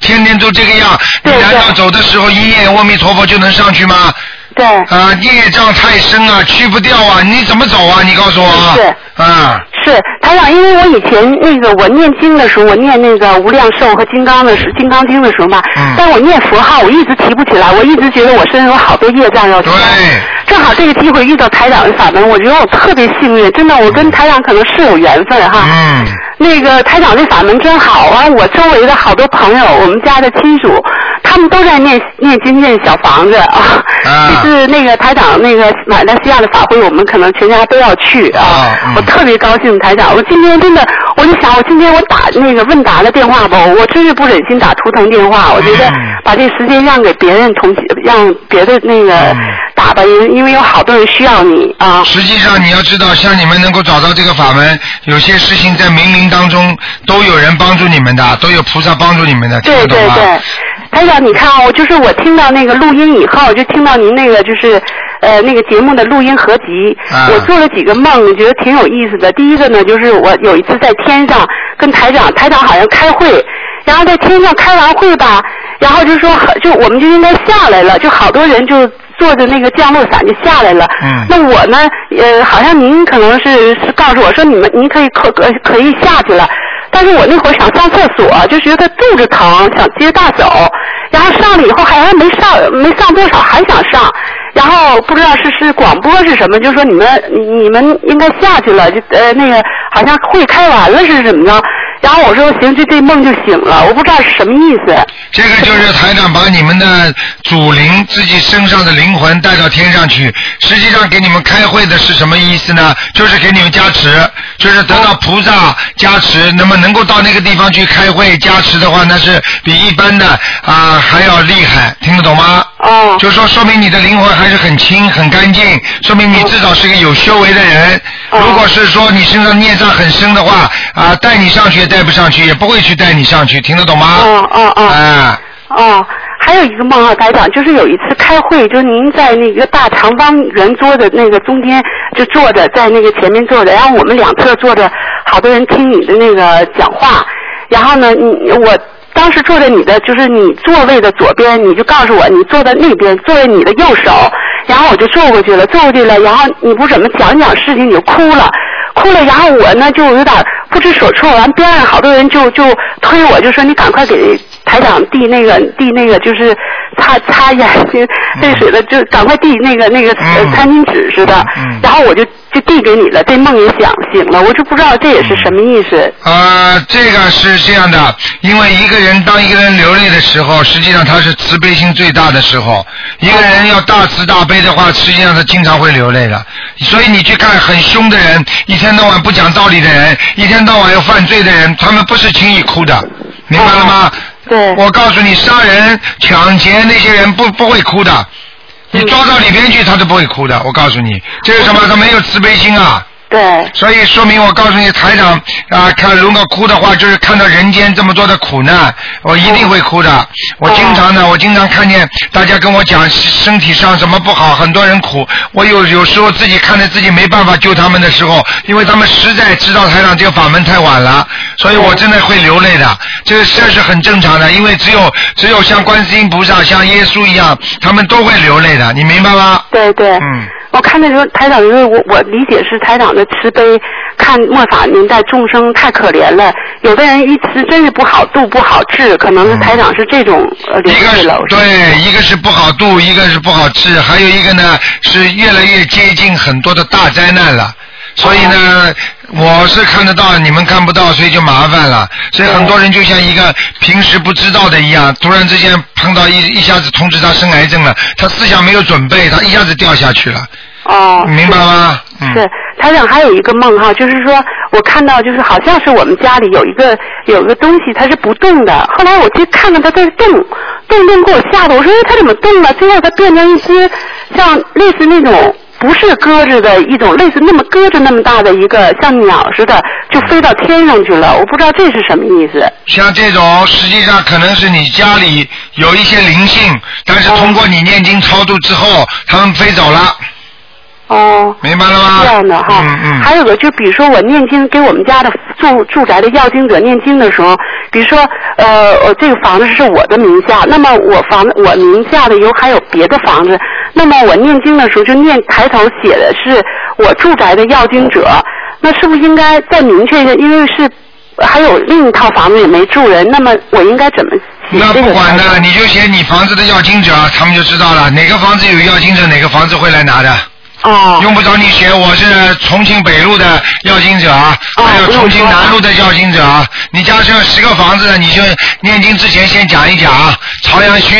A: 天天都这个样，你
F: 对对
A: 难道走的时候一念阿弥陀佛就能上去吗？
F: 对。
A: 啊，孽障太深啊，去不掉啊，你怎么走啊？你告诉我啊。
F: 是
A: 啊，
F: 是台长，因为我以前那个我念经的时候，我念那个《无量寿》和《金刚》的时《金刚经》的时候嘛，
A: 嗯
F: 但我念佛号，我一直提不起来，我一直觉得我身上有好多业障要消
A: 对。
F: 正好这个机会遇到台长的法门，我觉得我特别幸运，真的，我跟台长可能是有缘分哈。
A: 嗯，
F: 那个台长这法门真好啊！我周围的好多朋友，我们家的亲属，他们都在念念经念小房子啊。
A: 啊
F: 这是那个台长那个马来西亚的法会，我们可能全家都要去啊。
A: 啊嗯
F: 我特别高兴，台长，我今天真的，我就想，我今天我打那个问答的电话吧，我真是不忍心打图腾电话，我觉得
A: 嗯
F: 把这时间让给别人同学，让别的那个
A: 嗯
F: 打吧，因为因为有好多人需要你啊。
A: 实际上你要知道，像你们能够找到这个法门，有些事情在冥冥当中都有人帮助你们的，都有菩萨帮助你们的，听
F: 对
A: 得
F: 对
A: 懂吗？
F: 对，台长，你看啊，我就是我听到那个录音以后，就听到您那个就是呃那个节目的录音合集，
A: 啊
F: 我做了几个梦，我觉得挺有意思的。第一个呢，就是我有一次在天上跟台长，台长好像开会，然后在天上开完会吧，然后就说就我们就应该下来了，就好多人就。坐着那个降落伞就下来了。
A: 嗯
F: 那我呢？呃，好像您可能是是告诉我说你们您可以可可可以下去了，但是我那会儿想上厕所，就觉得肚子疼，想接大走，然后上了以后还还没上没上多少，还想上，然后不知道是是广播是什么，就说你们你你们应该下去了，就呃那个好像会开完了是怎么着？然后我说行，这这梦就醒了，我不知道是什么意思。
A: 这个就是台长把你们的祖灵、自己身上的灵魂带到天上去。实际上给你们开会的是什么意思呢？就是给你们加持，就是得到菩萨加持。那么能够到那个地方去开会加持的话，那是比一般的啊、还要厉害，听得懂吗？
F: 哦
A: 就说说明你的灵魂还是很清很干净，说明你至少是个有修为的人。
F: 哦
A: 如果是说你身上孽障很深的话，啊、带
F: 哦
A: 你上去也带不上去，也不会去带你上去，听得懂吗？
F: 啊哦哦哦
A: 哎
F: 哦，还还有一个梦啊，台长，就是有一次开会，就是您在那个大长方圆桌的那个中间就坐着，在那个前面坐着，然后我们两侧坐着好多人听你的那个讲话，然后呢，你我。当时坐在你的就是你座位的左边，你就告诉我你坐在那边，坐在你的右手，然后我就坐过去了，坐过去了，然后你不怎么讲讲事情你就哭了，哭了，然后我呢就有点不知所措，完边上好多人就就推我，就说你赶快给台长递那个递那个就是擦擦眼睛泪水的，就赶快递那个那个呃
A: 嗯
F: 餐巾纸似的
A: 嗯，
F: 然后我就就递给你了，这梦也想醒了，我就不知道这也是什么意思，
A: 呃，这个是这样的，因为一个人当一个人流泪的时候，实际上他是慈悲心最大的时候。一个人要大慈大悲的话，实际上他经常会流泪的。所以你去看很凶的人，一天到晚不讲道理的人，一天到晚要犯罪的人，他们不是轻易哭的，明白了吗？
F: 对，
A: 我告诉你，杀人、抢劫那些人不不会哭的，你抓到里边去，他都不会哭的。我告诉你，这是什么？他没有慈悲心啊。
F: 对，
A: 所以说明我告诉你，台长啊、看如果哭的话，就是看到人间这么多的苦难，我一定会哭
F: 嗯
A: 的。我经常呢，我经常看见大家跟我讲身体上什么不好，很多人苦。我有有时候自己看着自己没办法救他们的时候，因为他们实在知道台长这个法门太晚了，所以我
F: 嗯
A: 真的会流泪的。这个这是很正常的，因为只有只有像观世音菩萨、像耶稣一样，他们都会流泪的，你明白吗？
F: 对对，
A: 嗯。
F: 我看那时候台长，因为我我理解是台长的慈悲，看末法年代众生太可怜了，有的人一吃真是不好度不好治，可能是台长是这种呃
A: 一
F: 理
A: 个
F: 解
A: 嗯是
F: 了。我说
A: 对，一个是不好度，一个是不好治，还有一个呢是越来越接近很多的大灾难了。所以呢，我是看得到，你们看不到，所以就麻烦了。所以很多人就像一个平时不知道的一样，突然之间碰到一一下子通知他生癌症了，他思想没有准备，他一下子掉下去了，
F: 哦，
A: 明白吗？嗯。
F: 是台长还有一个梦哈，就是说我看到就是好像是我们家里有一个有一个东西它是不动的，后来我去看看它在动，动动给我吓得，我说哎它怎么动了？最后它变成一只像类似那种。不是鸽子的一种，类似那么鸽子那么大的一个像鸟似的，就飞到天上去了。我不知道这是什么意思。
A: 像这种，实际上可能是你家里有一些灵性，但是通过你念经超度之后，他们飞走了。
F: 哦，
A: 明白了吗？
F: 这样的哈。
A: 嗯嗯。
F: 还有个就比如说我念经给我们家的住住宅的要经者念经的时候，比如说呃我这个房子是我的名下，那么我房子我名下的有还有别的房子，那么我念经的时候就念抬头写的是我住宅的要经者，那是不是应该再明确一下？因为是还有另一套房子也没住人，那么我应该怎么写
A: 那
F: 这
A: 不
F: 个
A: 管
F: 抬头
A: 的，你就写你房子的要经者，他们就知道了哪个房子有要经者，哪个房子会来拿的。
F: 哦
A: 用不着你写，我是重庆北路的要经者，啊还有
F: 不用
A: 重庆
F: 说
A: 南路的要经者。啊你家是有十个房子，你就念经之前先讲一讲朝阳区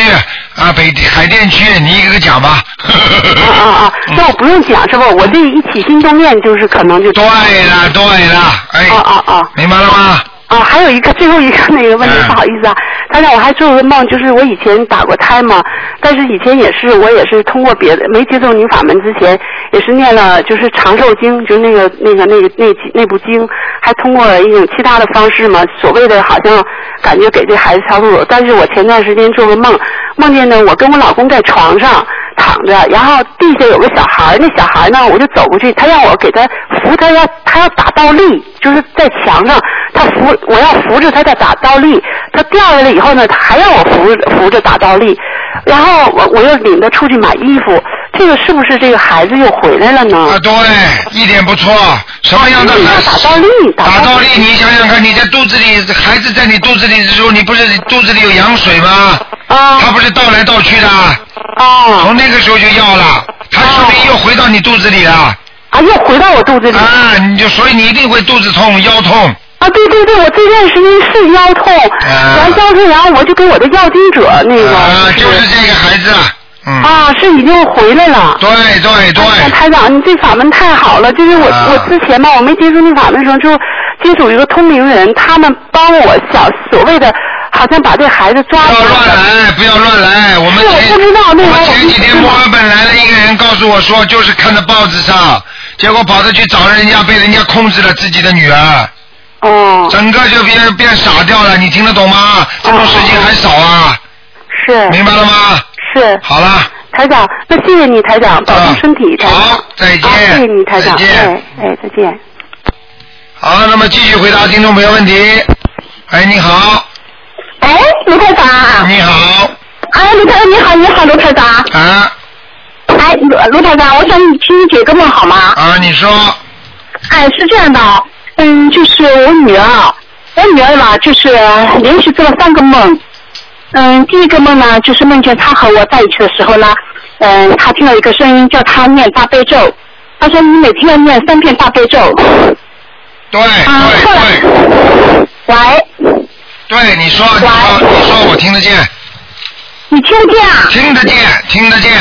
A: 啊，北海淀区，你一个个讲吧。
F: 啊啊啊！
A: 嗯
F: 那我不用讲是吧？我这一起心动念就是可能就
A: 对了对了，哎，
F: 哦哦哦
A: 明白了吗？
F: 啊，还有一个最后一个那个问题，
A: 嗯
F: 不好意思啊，他让我还做了个梦，就是我以前打过胎嘛，但是以前也是我也是通过别的没接受您法门之前，也是念了就是长寿经，就是那个那个那个那那部经，还通过一种其他的方式嘛，所谓的好像感觉给这孩子超度，但是我前段时间做个梦，梦见呢我跟我老公在床上。躺着，然后地下有个小孩儿，那小孩儿呢，我就走过去，他让我给他扶他要他要打倒立，就是在墙上，他扶我要扶着他在打倒立，他掉下来以后呢，他还让我扶扶着打倒立，然后我我又领他出去买衣服，这个是不是这个孩子又回来了呢？
A: 啊，对，一点不错，什么样的
F: 你要
A: 孩
F: 打倒立，
A: 打
F: 倒
A: 倒立，你想想看，你在肚子里，孩子在你肚子里的时候，你不是肚子里有羊水吗？
F: 啊
A: 他不是倒来倒去的，
F: 啊
A: 从那个时候就要了，他说明又回到你肚子里了。
F: 啊！又回到我肚子里
A: 啊，你就所以你一定会肚子痛、腰痛。
F: 啊！对对对，我这段时间是腰痛，然后腰痛，然后我就给我的药经者那个，
A: 啊，就是这个孩子，嗯，
F: 啊，是已经回来了。
A: 对对对，
F: 哎呀台长，你这法门太好了！就是我、
A: 啊
F: 我之前吧，我没接触那法门的时候，就接触一个通灵人，他们帮我小所谓的，好像把这孩子抓
A: 不
F: 住
A: 要乱
F: 了。
A: 来，不要乱来。我们
F: 是我
A: 前
F: 不知道那个
A: 我们
F: 我
A: 前
F: 不
A: 几天
F: 知道
A: 墨尔本来了一个人，告诉我说就是看到报纸上，结果跑着去找人家，被人家控制了自己的女儿。
F: 哦，
A: 整个就变变傻掉了，你听得懂吗？这种事情还少啊！
F: 是
A: 明白了吗？
F: 是，
A: 好了，啊
F: 台长，那谢谢你，台长，保重身体，台长。
A: 好，再见，
F: 啊，谢谢你，台长。
A: 再见。
F: 哎哎，再见。
A: 好，那么继续回答听众朋友问题。哎，你好，
E: 哎，卢台长，
A: 你好，
E: 哎，卢台长你好，你好，卢台长，
A: 啊
E: 哎，卢卢台长，我想你听你解个梦好吗？
A: 啊，你说，
E: 哎，是这样的哦，嗯，就是我女儿，哦我女儿吧，就是连续做了三个梦。嗯，第一个梦呢，就是梦见她和我在一起的时候呢，嗯，她听到一个声音叫她念大悲咒，她说你每天要念三遍大悲咒。
A: 对
E: 啊，后
A: 对对
E: 来，喂，
A: 对，你说，你说，
E: 喂
A: 你说，我听得见，
E: 你听不见啊？
A: 听得见，听得见，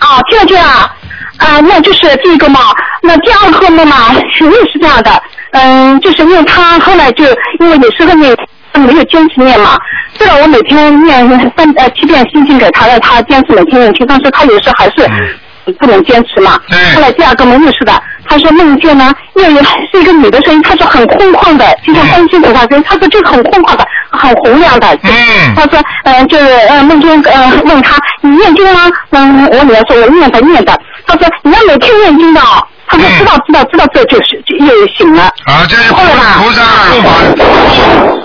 E: 哦，这这啊，啊、那就是第一个嘛。那第二个梦嘛，是也是这样的，嗯，就是因为他后来就因为也是个念，没有坚持念嘛。虽然我每天念三呃七遍心经给他，让他坚持每天念经，但是他有时候还是。不能坚持嘛
A: 对。
E: 后来第二个梦又是的，他说梦见呢，又有是一个女的声音，她说很空旷的，就像观世音菩萨声
A: 哎
E: 音，她说这个很空旷的，很洪亮的，
A: 嗯
E: 他说，嗯、呃，就是呃，梦中呃问他，你念经吗？嗯，我女儿说，我念的念的。他说，你要每天念经的哦。他说
A: 嗯，
E: 知道知道知道，这就是就又醒了。
A: 啊，这是菩
E: 后来吧
A: 菩萨护法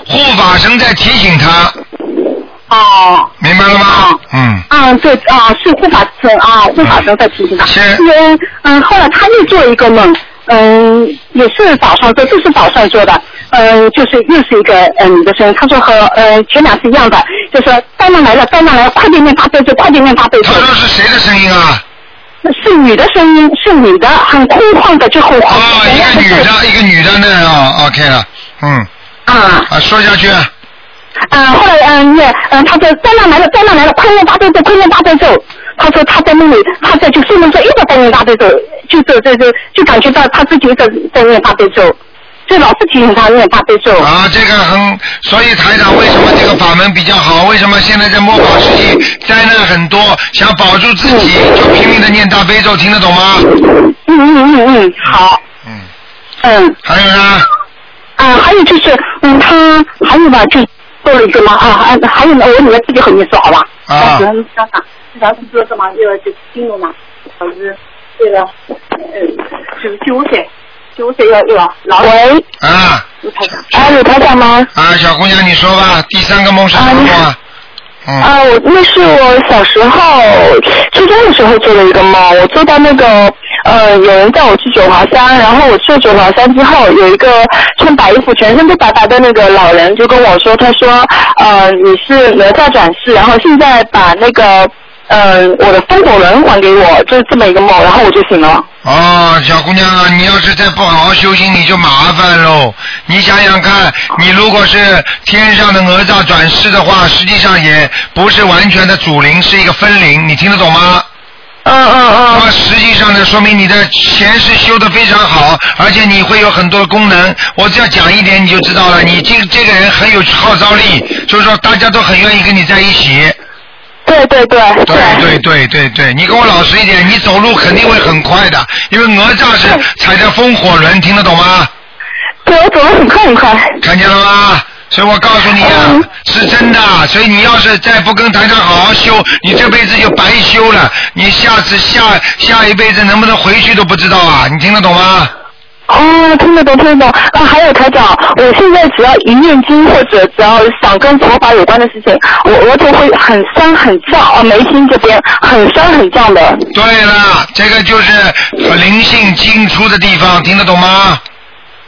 A: 护护法神在提醒他，
E: 哦，
A: 明白了吗
E: 哦？
A: 嗯，
E: 嗯，对，啊，是护法神啊，护法神在提醒他。
A: 是
E: 嗯嗯，后来他又做了一个梦，嗯，也是早上做，这是早上做的，嗯，就是又是一个嗯女的声音，他说和呃前两次一样的，就说灾难来了，灾难来了，快点念大悲咒，快点念大悲咒
A: 他。说是谁的声音啊？
E: 是女的声音，是女的，很空旷的，就很
A: 哦
E: 黄。，
A: 一个女啊的，一个女的那哦，OK 了，嗯，
E: 啊，
A: 啊，说下去，
E: 嗯，后来嗯，也嗯，他说灾难来了，灾难来了，快念大悲咒，快念大悲咒。他说他在梦里，他在就睡梦中一直在念大悲咒，就就就就就感觉到他自己一直在念大悲咒，就老是提醒他念大悲咒。
A: 啊，这个很，所以台长为什么这个法门比较好？为什么现在在末法时期灾难很多，想保住自己就拼命的念大悲咒，听得懂吗？
E: 嗯嗯嗯嗯，好，
A: 嗯，
E: 嗯。
A: 还有呢？
E: 啊，还有就是，嗯，他还有吧，就做了一个嘛，啊，还还有呢，我女儿自己和你说好吧？
A: 啊
E: 当时家长，当时说什么？这个就金融嘛，导致这个呃九九五岁，九五岁要要老。喂，
A: 啊
E: 卢台长。哎，卢台长吗？
A: 啊，小姑娘，你说吧，第三个梦是什么梦啊？嗯，
E: 啊，我那是我小时候初中的时候做的一个梦，我做到那个呃，有人带我去九华山，然后我去了九华山之后，有一个穿白衣服、全身都白白的那个老人就跟我说，他说呃你是哪吒转世，然后现在把那个呃我的风火轮还给我，就是这么一个梦，然后我就醒了。
A: 哦，小姑娘啊，你要是再不好好修行，你就麻烦喽。你想想看，你如果是天上的哪吒转世的话，实际上也不是完全的主灵，是一个分灵，你听得懂吗？
E: 嗯
A: 那
E: 嗯
A: 么实际上呢，说明你的前世修的非常好，而且你会有很多功能。我只要讲一点你就知道了，你这这个人很有号召力，就是说大家都很愿意跟你在一起。
E: 对对对对
A: 对对对对对，你跟我老实一点，你走路肯定会很快的，因为哪吒是踩着风火轮，听得懂吗？
E: 对，我走得很快很快。
A: 看见了吗？所以我告诉你啊，
E: 嗯
A: 是真的。所以你要是再不跟台上好好修，你这辈子就白修了。你下次下下一辈子能不能回去都不知道啊！你听得懂吗？
E: 哦，听得懂，听得懂。啊，还有台长，我现在只要一念经或者只要想跟佛法有关的事情，我额头会很酸很胀，啊，眉心这边很酸很胀的。
A: 对了，这个就是灵性进出的地方，听得懂吗？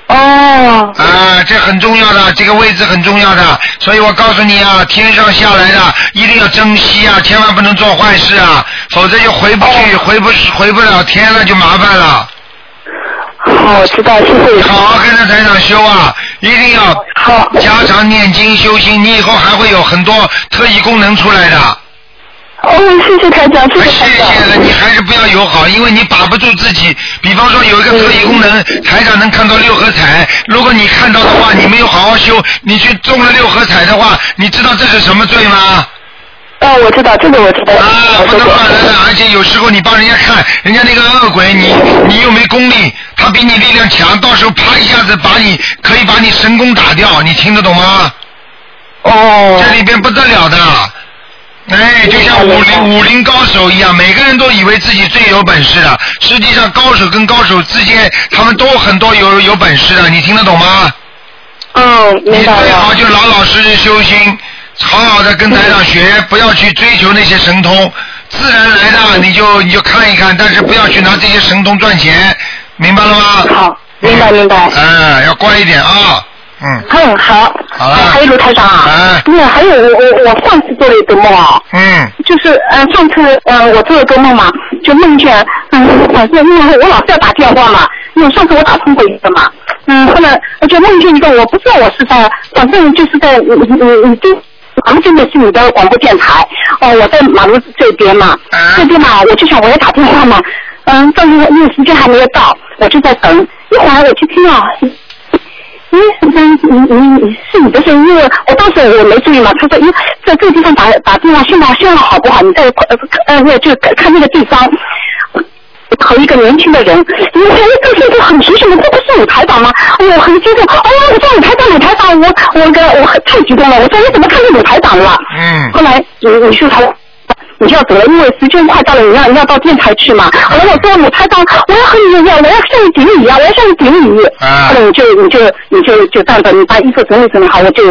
E: 哦，
A: 啊，这很重要的，这个位置很重要的，所以我告诉你啊，天上下来的一定要珍惜啊，千万不能做坏事啊，否则就回不去，
E: 哦
A: 回不回不了天了，就麻烦了。
E: 好，我知道，谢谢你。
A: 好好跟着台长修啊，一定要
E: 好，
A: 加强念经修心，你以后还会有很多特异功能出来的。
E: 哦，谢谢台长，谢
A: 谢
E: 谢台长。
A: 谢了，你还是不要友好，因为你把不住自己。比方说有一个特异功能，台长能看到六合彩，如果你看到的话，你没有好好修，你去中了六合彩的话，你知道这是什么罪吗？
E: 哦，我知道，这个我知道。
A: 啊，
E: 我
A: 不
E: 知
A: 能
E: 道
A: 乱来的，而且有时候你帮人家看，人家那个恶鬼，你你又没功力，他比你力量强，到时候啪一下子把你可以把你神功打掉，你听得懂吗？
E: 哦
A: 这里边不得了的。哎，就像武林武林高手一样，每个人都以为自己最有本事的，实际上高手跟高手之间，他们都很多有有本事的，你听得懂吗？
E: 嗯，
A: 你
E: 明白
A: 最好
E: 了。
A: 就老老实实修心，好好的跟
E: 嗯
A: 台长学，不要去追求那些神通，自然来
E: 嗯
A: 的你就你就看一看，但是不要去拿这些神通赚钱，明白了吗？
E: 好，明白明白。
A: 嗯，要乖一点啊，嗯，
E: 嗯，好。
A: 好了
E: 哎还有卢台长
A: 哎
E: 啊，对，还有我我我上次做了一个梦啊，
A: 嗯，
E: 就是嗯、呃上次嗯、呃我做了个梦嘛，就梦见嗯反正因为我老是要打电话嘛，因为上次我打通过一个嘛，嗯后来我就梦见一个我不知道我是在反正就是在你你你这。咱们这边是你的广播电台，哦，我在马路这边嘛，
A: 啊
E: 这边嘛，我就想我要打电话嘛，嗯，但是那个时间还没有到，我就在等，一会儿我就听到咦，你你你是你的声音，因为我当时我没注意嘛。他说，咦，在这个地方打打电话信号信号好不好？你再呃呃，那就看那个地方。和一个年轻的人，你看这个就很提醒我，这不是你台长吗？我很激动，哦，我叫你台长，你台长，我我个我太激动了，我说你怎么看见你台长了？
A: 嗯
E: 后来你你去台。你就要走了，因为时间快到了，你要你要到电台去嘛。后来我说你台长，我要和你一样，我要向你顶礼啊，我要向你顶礼。
A: 啊
E: 后来你就你就你就就这样子，你把衣服整理整理好，我就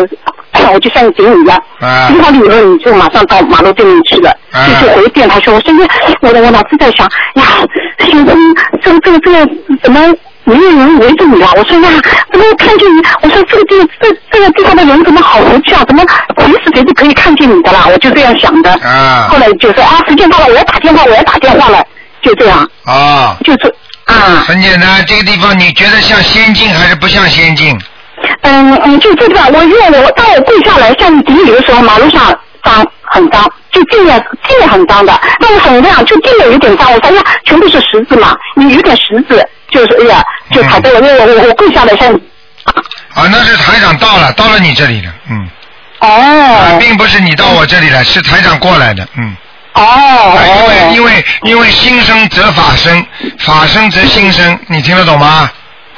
E: 我就向你顶礼啊。
A: 啊
E: 听好理论，你就马上到马路对面去了，
A: 啊
E: 就就回电台去。我现在我我脑子在想，哎呀，先生，这个这个这个怎么？没有人围着你啊了，我说呀，怎么看见你？我说这个地这这个地方的人怎么好无趣啊？怎么随时随地可以看见你的啦？我就这样想的。
A: 啊
E: 后来就说啊，时间到了，我要打电话，我要打电话了，就这样，
A: 啊，
E: 就是啊，
A: 很简单，这个地方你觉得像仙境还是不像仙境？
E: 嗯嗯，就这段，我因为我当我跪下来向你顶礼的时候，马路上脏很脏，就地面地面很脏的，但是很亮，就地面有点脏。我发现全部是石子嘛，有有点石子，就是哎呀，就踩在我，因为我我我跪下来向你。
A: 啊，那是台长到了，到了你这里了，嗯，啊
E: 哦
A: 并不是你到我这里来，是台长过来的，嗯。
E: 哦
A: 哎
E: 哦，
A: 因为因为因为心生则法生，法生则心生，你听得懂吗？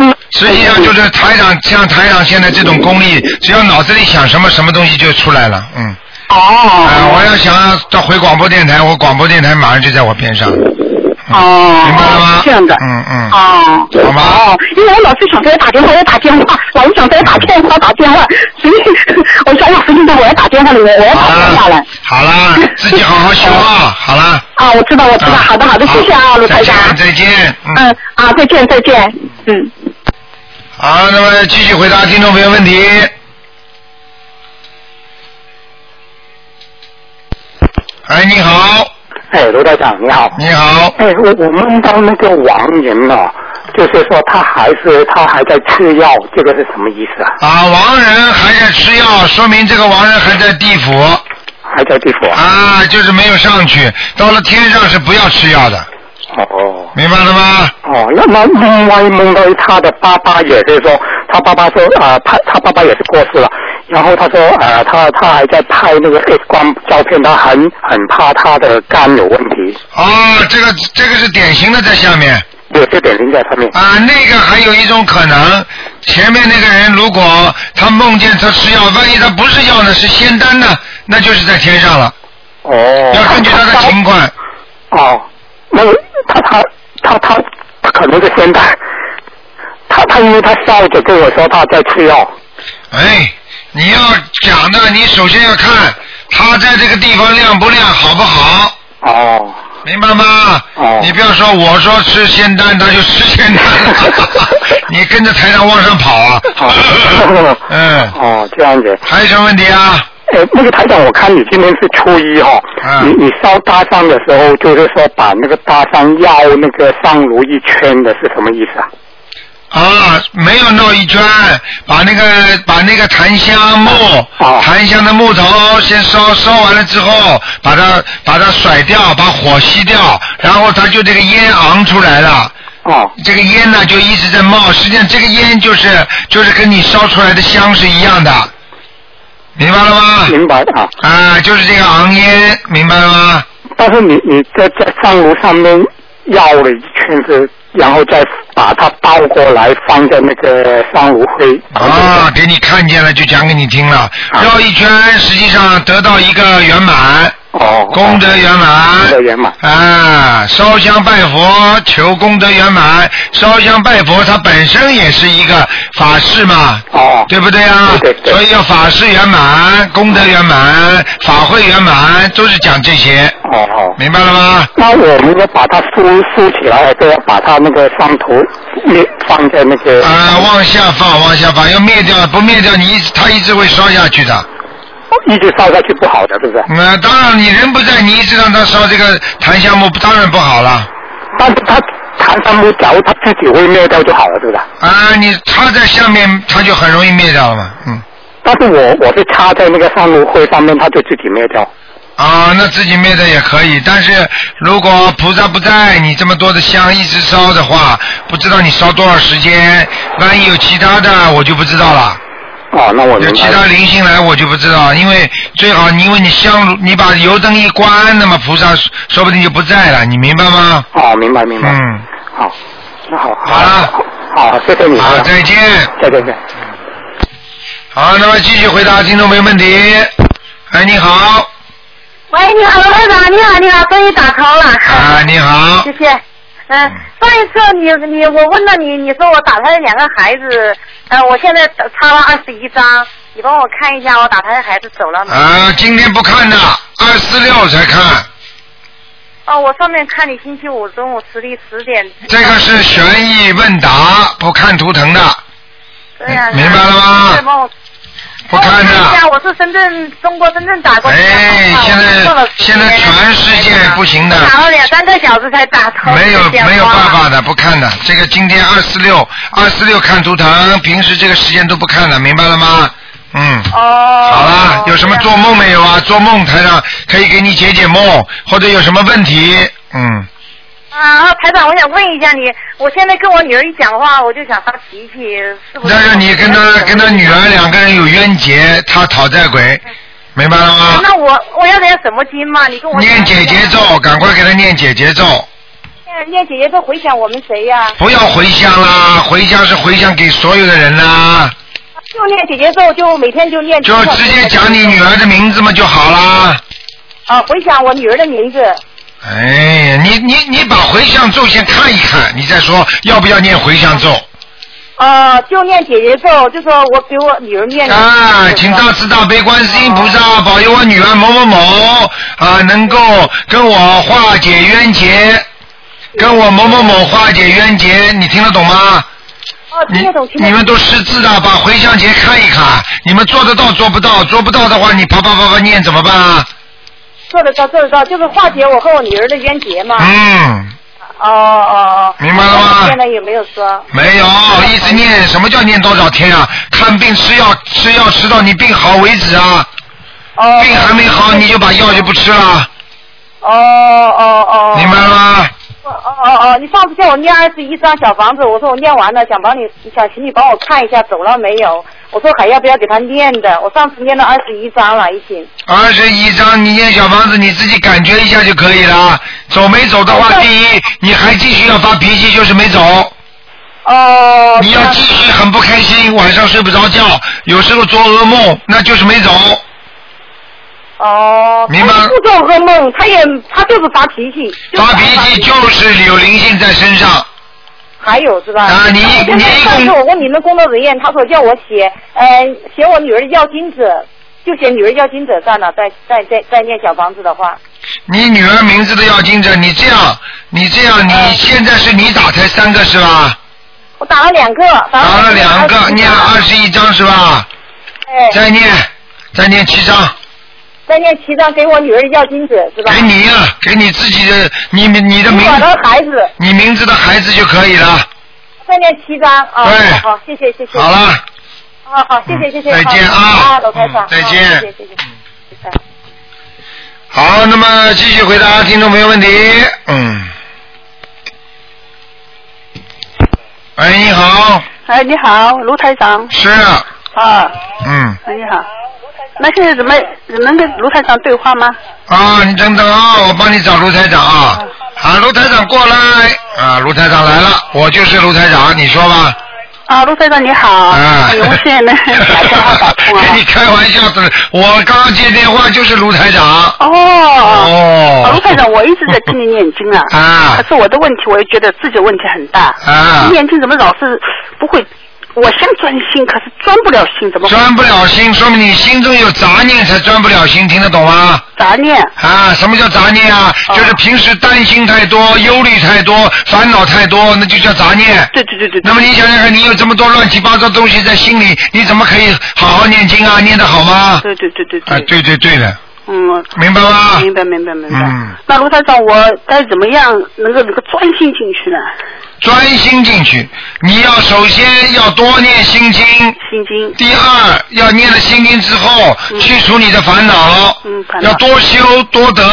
E: 嗯，
A: 实际上就是台长像台长现在这种功力，只要脑子里想什么，什么东西就出来了。嗯，啊、我
E: 哦
A: 要想要回广播电台，我广播电台马上就在我边上，明
E: 哦，
A: 白了吗？
E: 这样的。
A: 嗯嗯。
E: 哦，
A: 好吗
E: 哦，因为我老是想着要打电话，要打电话，老是想着要打电话，打电话，所以 我想想，时间到，我要打电话了，我我要打
A: 好
E: 电话了
A: 了。，好了，自己好好修 啊！好了，
E: 啊，我知道，我知道，
A: 啊
E: 好的，好的，谢谢啊，卢台长。
A: 再见，再见，
E: 嗯，啊，再见，再见。嗯。
A: 好，那么继续回答听众朋友问题。哎，你好，
B: 哎，卢台长你好。
A: 你好，
B: 哎，我我梦到那个亡人了、就是说他还是他还在吃药，这个是什么意思啊？
A: 啊，亡人还在吃药，说明这个亡人还在地府
B: 还在地府啊？
A: 啊，就是没有上去，到了天上是不要吃药的，
B: 哦
A: 明白了吗？
B: 哦，那么另外梦到他的爸爸，也是说他爸爸说啊、他他爸爸也是过世了，然后他说啊、他他还在拍那个 X 光照片，他很很怕他的肝有问题，
A: 哦，这个这个是典型的在下面
B: 有这点零在上面。
A: 啊，那个还有一种可能，前面那个人如果他梦见他吃药，万一他不是药呢，是仙丹呢，那就是在天上了。
B: 哦，
A: 要根据他的情况，
B: 哦，那个他他他他他可能是现在，他他因为他笑着跟我说他在吃药，
A: 哎，你要讲的，你首先要看他在这个地方亮不亮，好不好，
B: 哦，
A: 明白吗？
B: 哦
A: 你不要说我说吃仙丹，他就吃仙 丹，你跟着台上往上跑啊
B: 哦。
A: 嗯，
B: 哦这样子，
A: 还有什么问题啊？
B: 哎，那个台长，我看你今天是初一哈、
A: 嗯
B: 你你烧大香的时候，就是说把那个大香绕那个香炉一圈的是什么意思啊？
A: 啊，没有绕一圈，把那个把那个檀香木
B: 哦，
A: 檀香的木头先烧烧完了之后，把它把它甩掉，把火熄掉，然后它就这个烟昂出来了。
B: 哦
A: 这个烟呢就一直在冒，实际上这个烟就是就是跟你烧出来的香是一样的，明白了吗？
B: 明白啊，
A: 啊，就是这个昂烟，明白了吗？
B: 但是你你在在香炉上面绕了一圈子，然后再把它倒过来放在那个香炉灰
A: 啊，
B: 啊
A: 给你看见了就讲给你听了，绕一圈实际上得到一个圆满，
B: 哦
D: 哦，
A: 功德圆满，
D: 功德圆满
A: 啊！烧香拜佛求功德圆满，烧香拜佛它本身也是一个法事嘛，
D: 哦，
A: 对不对啊？
D: 对对对
A: 所以要法事圆满，功德圆满，法会圆满，都是讲这些，
D: 哦哦。
A: 明白了吗？
D: 那我们要把它竖竖起来，都要把它那个上头列放在那个
A: 啊，往下放，往下放，要灭掉，不灭掉你一直它一直会烧下去的。
D: 哦一直烧下去不好的，是不是？
A: 那、当然，你人不在，你一直让它烧这个檀香木，当然不好了。
D: 但是它檀香木假如它自己会灭掉就好了，是不是？
A: 啊，你插在下面，它就很容易灭掉了嘛，嗯。
D: 但是我我是插在那个香炉灰上面，它就自己灭掉。
A: 啊，那自己灭的也可以，但是如果菩萨不在，你这么多的香一直烧的话，不知道你烧多少时间，万一有其他的，我就不知道了。
D: 哦，那我明
A: 有其
D: 白
A: 他
D: 了。
A: 灵性来，我就不知道，因为最好因为你香炉，你把油灯一关，那么菩萨说不定就不在了，你明白吗？
D: 哦，明白明白。
A: 嗯，
D: 好，那好，
A: 好了，
D: 好，谢谢你
A: 好，
D: 啊，
A: 再见。
D: 再见再见。
A: 好，那么继续回答听众朋友问题。哎，你好，
G: 喂，你好，罗台长，你啊好，你好，终于打通了。
A: 啊，你好
G: 谢，谢。嗯，上一次你你我问到你，你说我打胎的两个孩子，呃，我现在插了二十一张，你帮我看一下我打胎的孩子走了没？
A: 啊，今天不看的，二四六才看，
G: 哦，我上面看你星期五中午十点十点。
A: 这个是悬疑问答，不看图腾的，
G: 对呀、
A: 明白了吗
G: 再帮我
A: 不看
G: 帮我一下，
A: 的。
G: 我是深圳中国深圳打过去的
A: 哎
G: 电话，
A: 现
G: 啊我做了
A: 在
G: 时间
A: 现在全世界不行的
G: 啊我，打了两三个小时才打通
A: 没有
G: 这电话
A: 没有办法的，不看的。这个今天二四六，二四六看图腾，平时这个时间都不看的，明白了吗？嗯。
G: 哦，
A: 好了，有什么做梦没有啊？做梦台上可以给你解解梦，或者有什么问题，嗯，
G: 啊，台长，我想问一下你，我现在跟我女儿一讲话，我就想发脾气，是不是？
A: 但是你跟他跟他女儿两个人有冤结，他讨债鬼，明白了吗？
G: 啊那我我要念什么经嘛？你跟我
A: 念姐姐咒，赶快给他念姐姐咒，
G: 念念姐姐都回想我们谁呀、
A: 不要回向啦，回向是回向给所有的人啦，
G: 就念姐姐咒，就每天就念。
A: 就直接讲你女儿的名字嘛就好啦。
G: 啊，回想我女儿的名字。
A: 哎呀，你你你把回向咒先看一看，你再说要不要念回向咒
G: 啊，就念姐姐咒，就说我给我女儿念。
A: 啊？请大慈大悲观世音菩
G: 哦
A: 萨保佑我女儿某某某啊，能够跟我化解冤结，跟我某某某化解冤结，你听得懂吗？
G: 哦，
A: 你
G: 听得懂，听
A: 你
G: 得懂。
A: 们都识字的，把回向节看一看。你们做得到做不到？做不到的话，你啪啪啪啪念怎么办啊？
G: 做得到，做得到，就是化解我和我女儿的冤结嘛。
A: 嗯，
G: 哦哦哦。
A: 明白了吗
G: 现在有没有说？
A: 没有，一直念。什么叫念多少天啊？看病吃药，吃药吃到你病好为止啊。
G: 哦。
A: 病还没好，你就把药就不吃了，
G: 哦哦哦。
A: 明白了吗？
G: 哦哦哦，你上次叫我念二十一张小房子，我说我念完了，想帮你，想请你帮我看一下走了没有？我说还要不要给他念的？我上次念了二十一张了，已经。
A: 二十一章，你念小房子，你自己感觉一下就可以了。走没走的话，
G: 哦
A: 第一，你还继续要发脾气，就是没走。
G: 哦。
A: 你要继续很不开心，晚上睡不着觉，有时候做噩梦，那就是没走。
G: 哦。
A: 明白
G: 他不做噩梦，他也他就是发脾气。就是
A: 发脾气就是有灵性在身上，
G: 还有是吧？
A: 啊你
G: 我现在
A: 你
G: 上次我问你们工作人员，他说叫我写，呃，写我女儿的要经者，就写女儿要经者算了，再再再再念小房子的话，
A: 你女儿名字都要经着，你这样，你这样，你
G: 嗯
A: 现在是你打才三个是吧？
G: 我打了两个，打
A: 打了两个，
G: 21
A: 念了二十一章是吧？
G: 哎，
A: 再念，再念七章，
G: 再念七张给我女儿的要经者是吧？
A: 给你呀、给你自己的，你你的
G: 给
A: 名，
G: 我的孩子，
A: 你名字的孩子就可以了。
G: 再念七张啊！
A: 对
G: 好，好谢谢谢谢。
A: 好，了，
G: 好好，谢谢谢谢。
A: 再见啊
G: 好啊，老台长
A: 嗯，再
G: 好
A: 见
G: 谢谢谢谢。拜拜
A: 好，那么继续回答听众朋友问题。嗯。喂，你好，
H: 哎，你好，卢台长
A: 是，
H: 啊，
A: 嗯，
H: 你好。那现在怎么能跟卢台长对话吗？
A: 啊，你等等啊，我帮你找卢台长
G: 嗯
A: 啊。啊，卢台长过来。啊，卢台长来了，我就是卢台长，你说吧。
H: 啊，陆先生你好，哎
A: 啊
H: 很荣幸 能打电话打通啊。
A: 跟你开玩笑的，我刚刚接电话就是卢台长。
H: 哦，啊
A: 哦
H: 卢。先生，我一直在跟你念经啊，
A: 啊
H: 可是我的问题，我也觉得自己问题很大。
A: 啊！
H: 念经怎么老是不会？我想专心，可是专不了心，怎么会
A: 专不了心，说明你心中有杂念才专不了心，听得懂吗？
H: 杂念？
A: 啊，什么叫杂念啊？
H: 哦
A: 就是平时担心太多、忧虑太多、烦恼太多，那就叫杂念。
H: 对对对对。对
A: 那么你想想看，你有这么多乱七八糟东西在心里，你怎么可以好好念经啊？念得好吗？
H: 对对对对
A: 啊
H: 对，，
A: 对对对的，
H: 嗯，
A: 明白吗？
H: 明白明白明白。
A: 嗯
H: 那卢台长，我该怎么样能够能够专心进去呢？
A: 专心进去，你要首先要多念心经。
H: 心经，
A: 第二，要念了心经之后，去除你的烦恼，
H: 嗯烦恼
A: 要多修多得。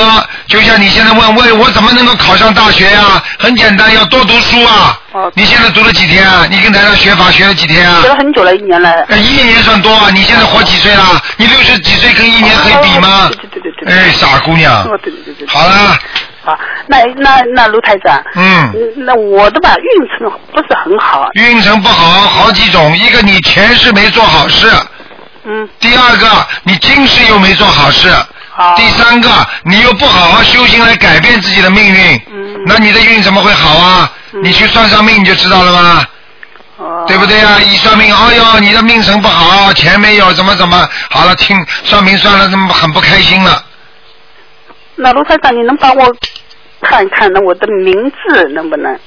A: 就像你现在问问我怎么能够考上大学啊？很简单，要多读书啊。
H: 哦
A: 你现在读了几天啊？你跟台上学法学了几天啊
H: 学？了很久了，一年了。
A: 呃一年算多啊！你现在活几岁啦？你六十几岁跟一年可以比吗
H: 哦？对对对对对。
A: 哎，傻姑娘，
H: 哦，对对对对。
A: 好啦，
H: 好，那那那卢台长，
A: 嗯，
H: 嗯那我的吧运程不是很好，啊
A: 运程不好，好几种，一个你前世没做好事，
H: 嗯，
A: 第二个你今世又没做好事，
H: 好，
A: 第三个，你又不好好修行来改变自己的命运，
H: 嗯
A: 那你的运怎么会好啊？
H: 嗯
A: 你去算算命你就知道了吗？
H: 哦
A: 对不？对啊？一算命，哎呦，你的命程不好，钱没有，怎么怎么？好了，听算命算了，怎么很不开心了？
H: 那卢台长，你能帮我看一看呢？我的名字能不能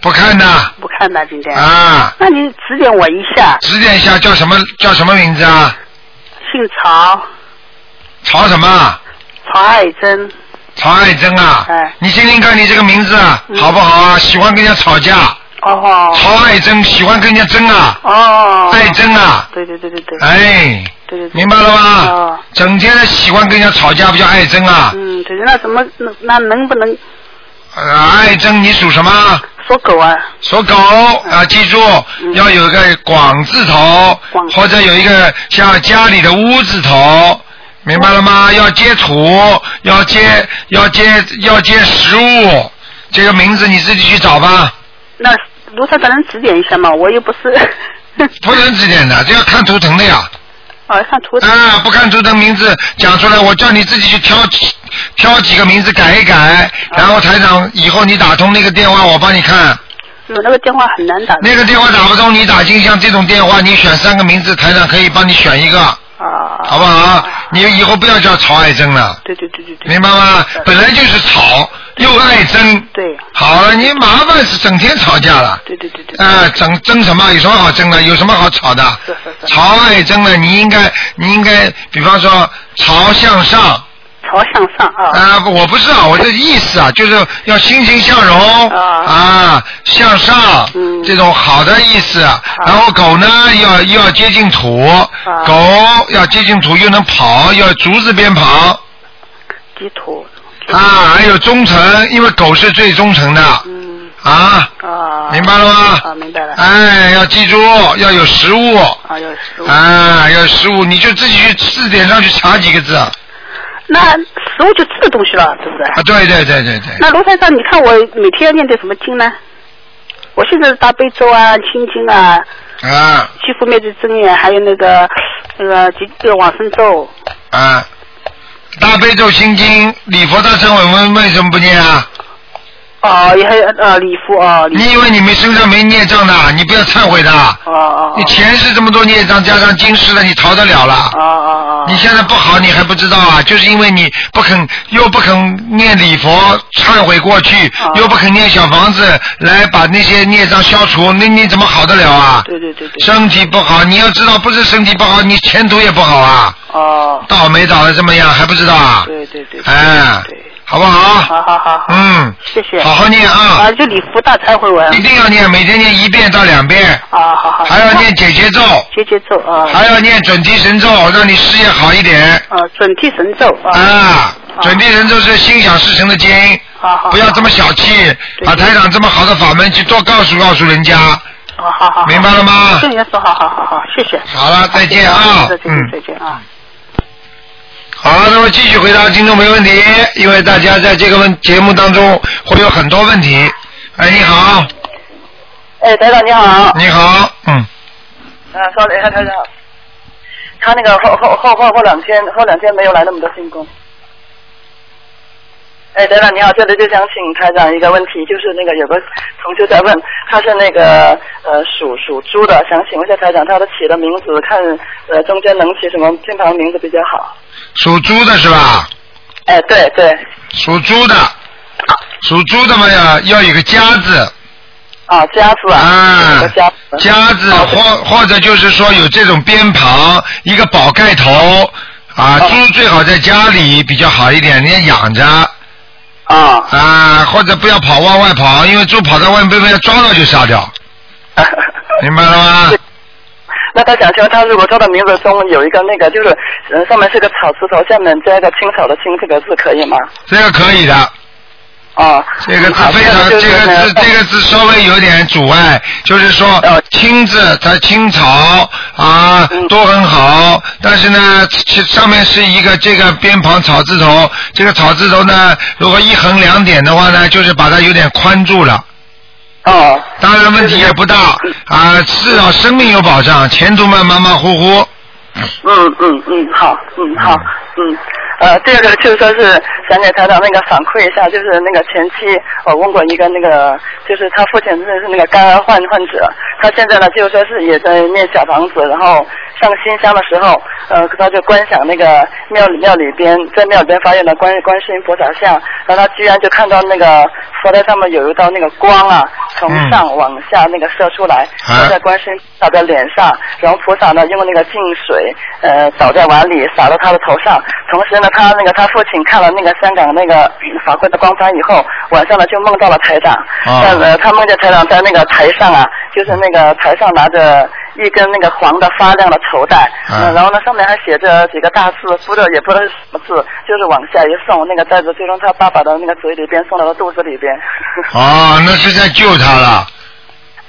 A: 不看呐，
H: 不看呢？今天？
A: 啊，
H: 那你指点我一下，
A: 指点一下叫什么叫什么名字啊？
H: 姓曹，
A: 曹什么啊？
H: 曹爱珍，
A: 曹爱珍啊
H: 哎？
A: 你听听看你这个名字啊
H: 嗯
A: 好不好啊？喜欢跟人家吵架，
H: 哦
A: 曹爱珍喜欢跟人家争啊，
H: 哦，
A: 爱争啊，
H: 对对对对对，
A: 哎。
H: 对对对，
A: 明白了吗？
H: 哦
A: 整天的喜欢跟人家吵架，不叫爱憎啊。
H: 嗯，对，那怎么那那能不能
A: 呃爱憎，你属什么？
H: 说狗啊？
A: 属狗啊！记住，
H: 嗯
A: 要有一个广字头
H: 广，
A: 或者有一个像家里的屋字头，明白了
H: 嗯
A: 吗？要接土，要接要接要接食物，这个名字你自己去找 吧，
H: 那卢台长能指点一下吗？我又不是，
A: 不能指点的，这要看图腾的呀。
H: 啊，看图
A: 啊，不看图腾名字讲出来，我叫你自己去挑几挑几个名字改一改，然后台长以后你打通那个电话，我帮你看。
H: 有那个电话很难打的
A: 那个电话打不通，你打进像这种电话，你选三个名字，台长可以帮你选一个，
H: 啊，
A: 好不好？你以后不要叫曹爱珍了，
H: 对对对对对，
A: 明白吗？本来就是吵，又爱争，
H: 对
A: 好了，你麻烦死，整天吵架了。
H: 对对对对，
A: 啊，争争什么？有什么好争的？有什么好吵 的？
H: 是是是，
A: 朝爱争呢，你应该，你应该，比方说朝向上
H: 朝向上
A: 啊、
H: 啊，
A: 不我不是啊，我的意思啊，就是要欣欣向荣
H: 啊
A: 啊，向上，
H: 嗯
A: 这种好的意思。啊然后狗呢，要要接近土，
H: 啊
A: 狗要接近土又能跑，要竹字边旁
H: 地图，
A: 啊，还有忠诚，因为狗是最忠诚的
H: 嗯
A: 啊，
H: 啊，
A: 明白了
H: 啊，
A: 吗？
H: 明白了，
A: 哎，要记住，要有食物。
H: 啊，有食物，
A: 啊，要十五，你就自己去字典上去查几个字啊！
H: 那食物就吃的东西了，是不
A: 啊，
H: 是？
A: 对对对对对，
H: 那卢台长，你看我每天要念的什么经呢？我现在是大悲咒啊、心经啊、
A: 啊
H: 七佛灭罪真言，还有那个那个几个往生咒。
A: 啊，大悲咒心经、礼佛大忏悔文为什么不念啊？
H: 哦，也还有呃礼服哦，礼
A: 你以为你们身上没孽障的，你不要忏悔的。
H: 哦哦
A: 你前世这么多孽障，加上今世的，你逃得了
H: 哦哦
A: 了？
H: 哦
A: 你现在不好，你还不知道啊？就是因为你不肯，又不肯念礼佛忏悔过去
H: 哦，
A: 又不肯念小房子来把那些孽障消除，那你怎么好得了啊？
H: 对对对对，
A: 身体不好，你要知道，不是身体不好，你前途也不好啊！
H: 哦，
A: 倒霉倒的这么样，还不知道啊？
H: 对对对，啊对
A: 哎
H: 对，
A: 好不好？
H: 好好好好，
A: 嗯，
H: 谢谢
A: 好好念啊
H: 啊，，就礼服大忏悔文
A: 一定要念，每天念一遍到两遍，
H: 啊，好好，
A: 还要念解结咒，
H: 结节咒啊，
A: 还要念准提神咒，让你事业好一点
H: 呃准提神咒啊，
A: 啊。准提神咒是心想事成的经，
H: 好好，
A: 不要这么小气，把台长这么好的法门去多告诉告诉人家，
H: 啊好，好好好，
A: 明白了吗
H: 跟？人家说好好好好，谢谢，
A: 好了，再见啊
H: 再，见
A: 嗯。
H: 再见啊。
A: 好，那么继续回答听众没问题，因为大家在这个问节目当中会有很多问题。哎，你好，
I: 哎，台长你好。
A: 你好，嗯，
I: 嗯、稍等一下，台长。他那个后后后后后两天后两天没有来那么多进攻。哎，台长你好，这里就想请台长一个问题，就是那个有个同学在问，他是那个呃属属猪的，想请问一下台长，他的起的名字看呃中间能起什么偏旁名字比较好？
A: 属猪的是吧？
I: 哎，对对，
A: 属猪的，属猪的嘛呀，要有个家字
I: 啊，家字啊，有个家字，啊
A: 家字，或或者就是说有这种边旁一个宝盖头啊，猪最好在家里比较好一点，人家养着
I: 啊，
A: 啊，或者不要跑往外跑，因为猪跑到外面被人家抓到就杀 掉，明白了吗？
I: 啊那他想说，他如果他的名字中有一个那个，就是呃上面是个草字头，下面加一个青草的青这个字可以吗？
A: 这个可以的，
I: 啊，
A: 这个字
I: 好
A: 非常，
I: 那就
A: 这
I: 是
A: 个字
I: 呢
A: 这个字稍微有点阻碍，就是说
I: 哦
A: 青字它青草啊
I: 嗯
A: 都很好，但是呢，其上面是一个这个边旁草字头，这个草字头呢，如果一横两点的话呢，就是把它有点宽住了。
I: 哦，
A: 当然问题也不大
I: 嗯
A: 啊，至少生命有保障，前途嘛马马虎虎。
I: 嗯嗯嗯，好，嗯好，嗯。呃，第二个就是说是想给台长那个反馈一下，就是那个前期我问过一个那个，就是他父亲是那个肝癌患患者，他现在呢就是说是也在念小房子，然后上新香的时候，呃，他就观想那个庙里庙里边，在庙里边发现了观观世音菩萨像，然后他居然就看到那个佛台上面有一道那个光啊，从
A: 嗯
I: 上往下那个射出来，
A: 啊
I: 他在观世音菩萨的脸上，然后菩萨呢用那个净水呃倒在碗里洒到他的头上，同时呢他那个他父亲看了那个香港那个嗯法会的光盘以后，晚上呢就梦到了台长，
A: 啊
I: 但呃他梦见台长在那个台上啊，就是那个台上拿着。一根那个黄的发亮的绸带，
A: 啊
I: 嗯然后呢上面还写着几个大字，不知道也不知道是什么字，就是往下一送，那个袋子就从他爸爸的那个嘴里边送到了肚子里边。
A: 哦，那是在救他了。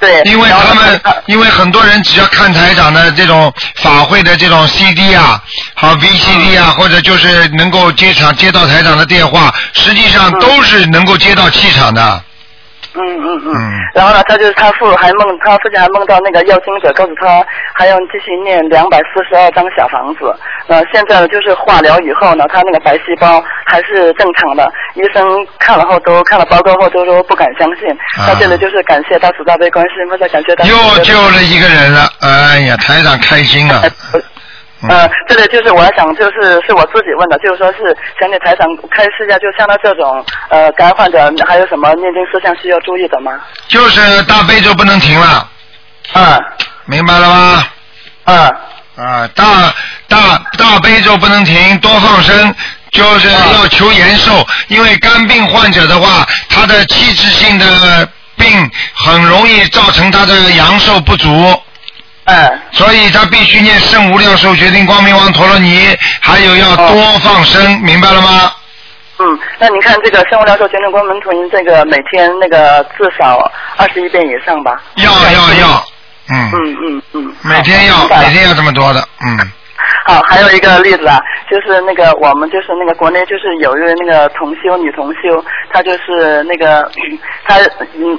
I: 对，
A: 因为
I: 然后
A: 他
I: 呢
A: 们，因为很多人只要看台长的这种法会的这种 CD 啊，好 VCD 啊，或者就是能够接场接到台长的电话，实际上都是能够接到气场的。
I: 嗯嗯嗯。
A: 嗯
I: 然后呢，他就是他父还梦，他父亲还梦到那个要经者告诉他，还要继续念两百四十二张小房子。呃，现在呢，就是化疗以后呢，他那个白细胞还是正常的，医生看了后都看了报告后都说不敢相信。
A: 啊
I: 他这里就是感谢大慈大悲观世音菩萨，感谢大慈大悲
A: 又救了一个人了，哎呀，台长开心啊了
I: 哎。不
A: 嗯
I: 呃，这个就是我想，就是是我自己问的，就是说是想给台长开示一下，就像他这种呃感染患者，还有什么念经事项需要注意的吗？
A: 就是大悲咒不能停了，
I: 嗯
A: 明白了吗？
I: 嗯。
A: 啊，大大大悲咒不能停，多放生，就是
I: 啊
A: 要求延寿，因为肝病患者的话，他的器质性的病很容易造成他的阳寿不足。
I: 嗯
A: 所以他必须念圣无量寿决定光明王陀罗尼，还有要
I: 哦
A: 多放生，明白了吗？
I: 嗯，那你看这个生物疗效全程关门图，您这个每天那个至少二十一遍以上吧？
A: 要要要，嗯，
I: 嗯嗯嗯，
A: 每天要
I: 好明白了
A: 每天要这么多的，嗯，
I: 好，还有一个例子啊，就是那个我们就是那个国内就是有一位那个同修女同修，她就是那个她嗯。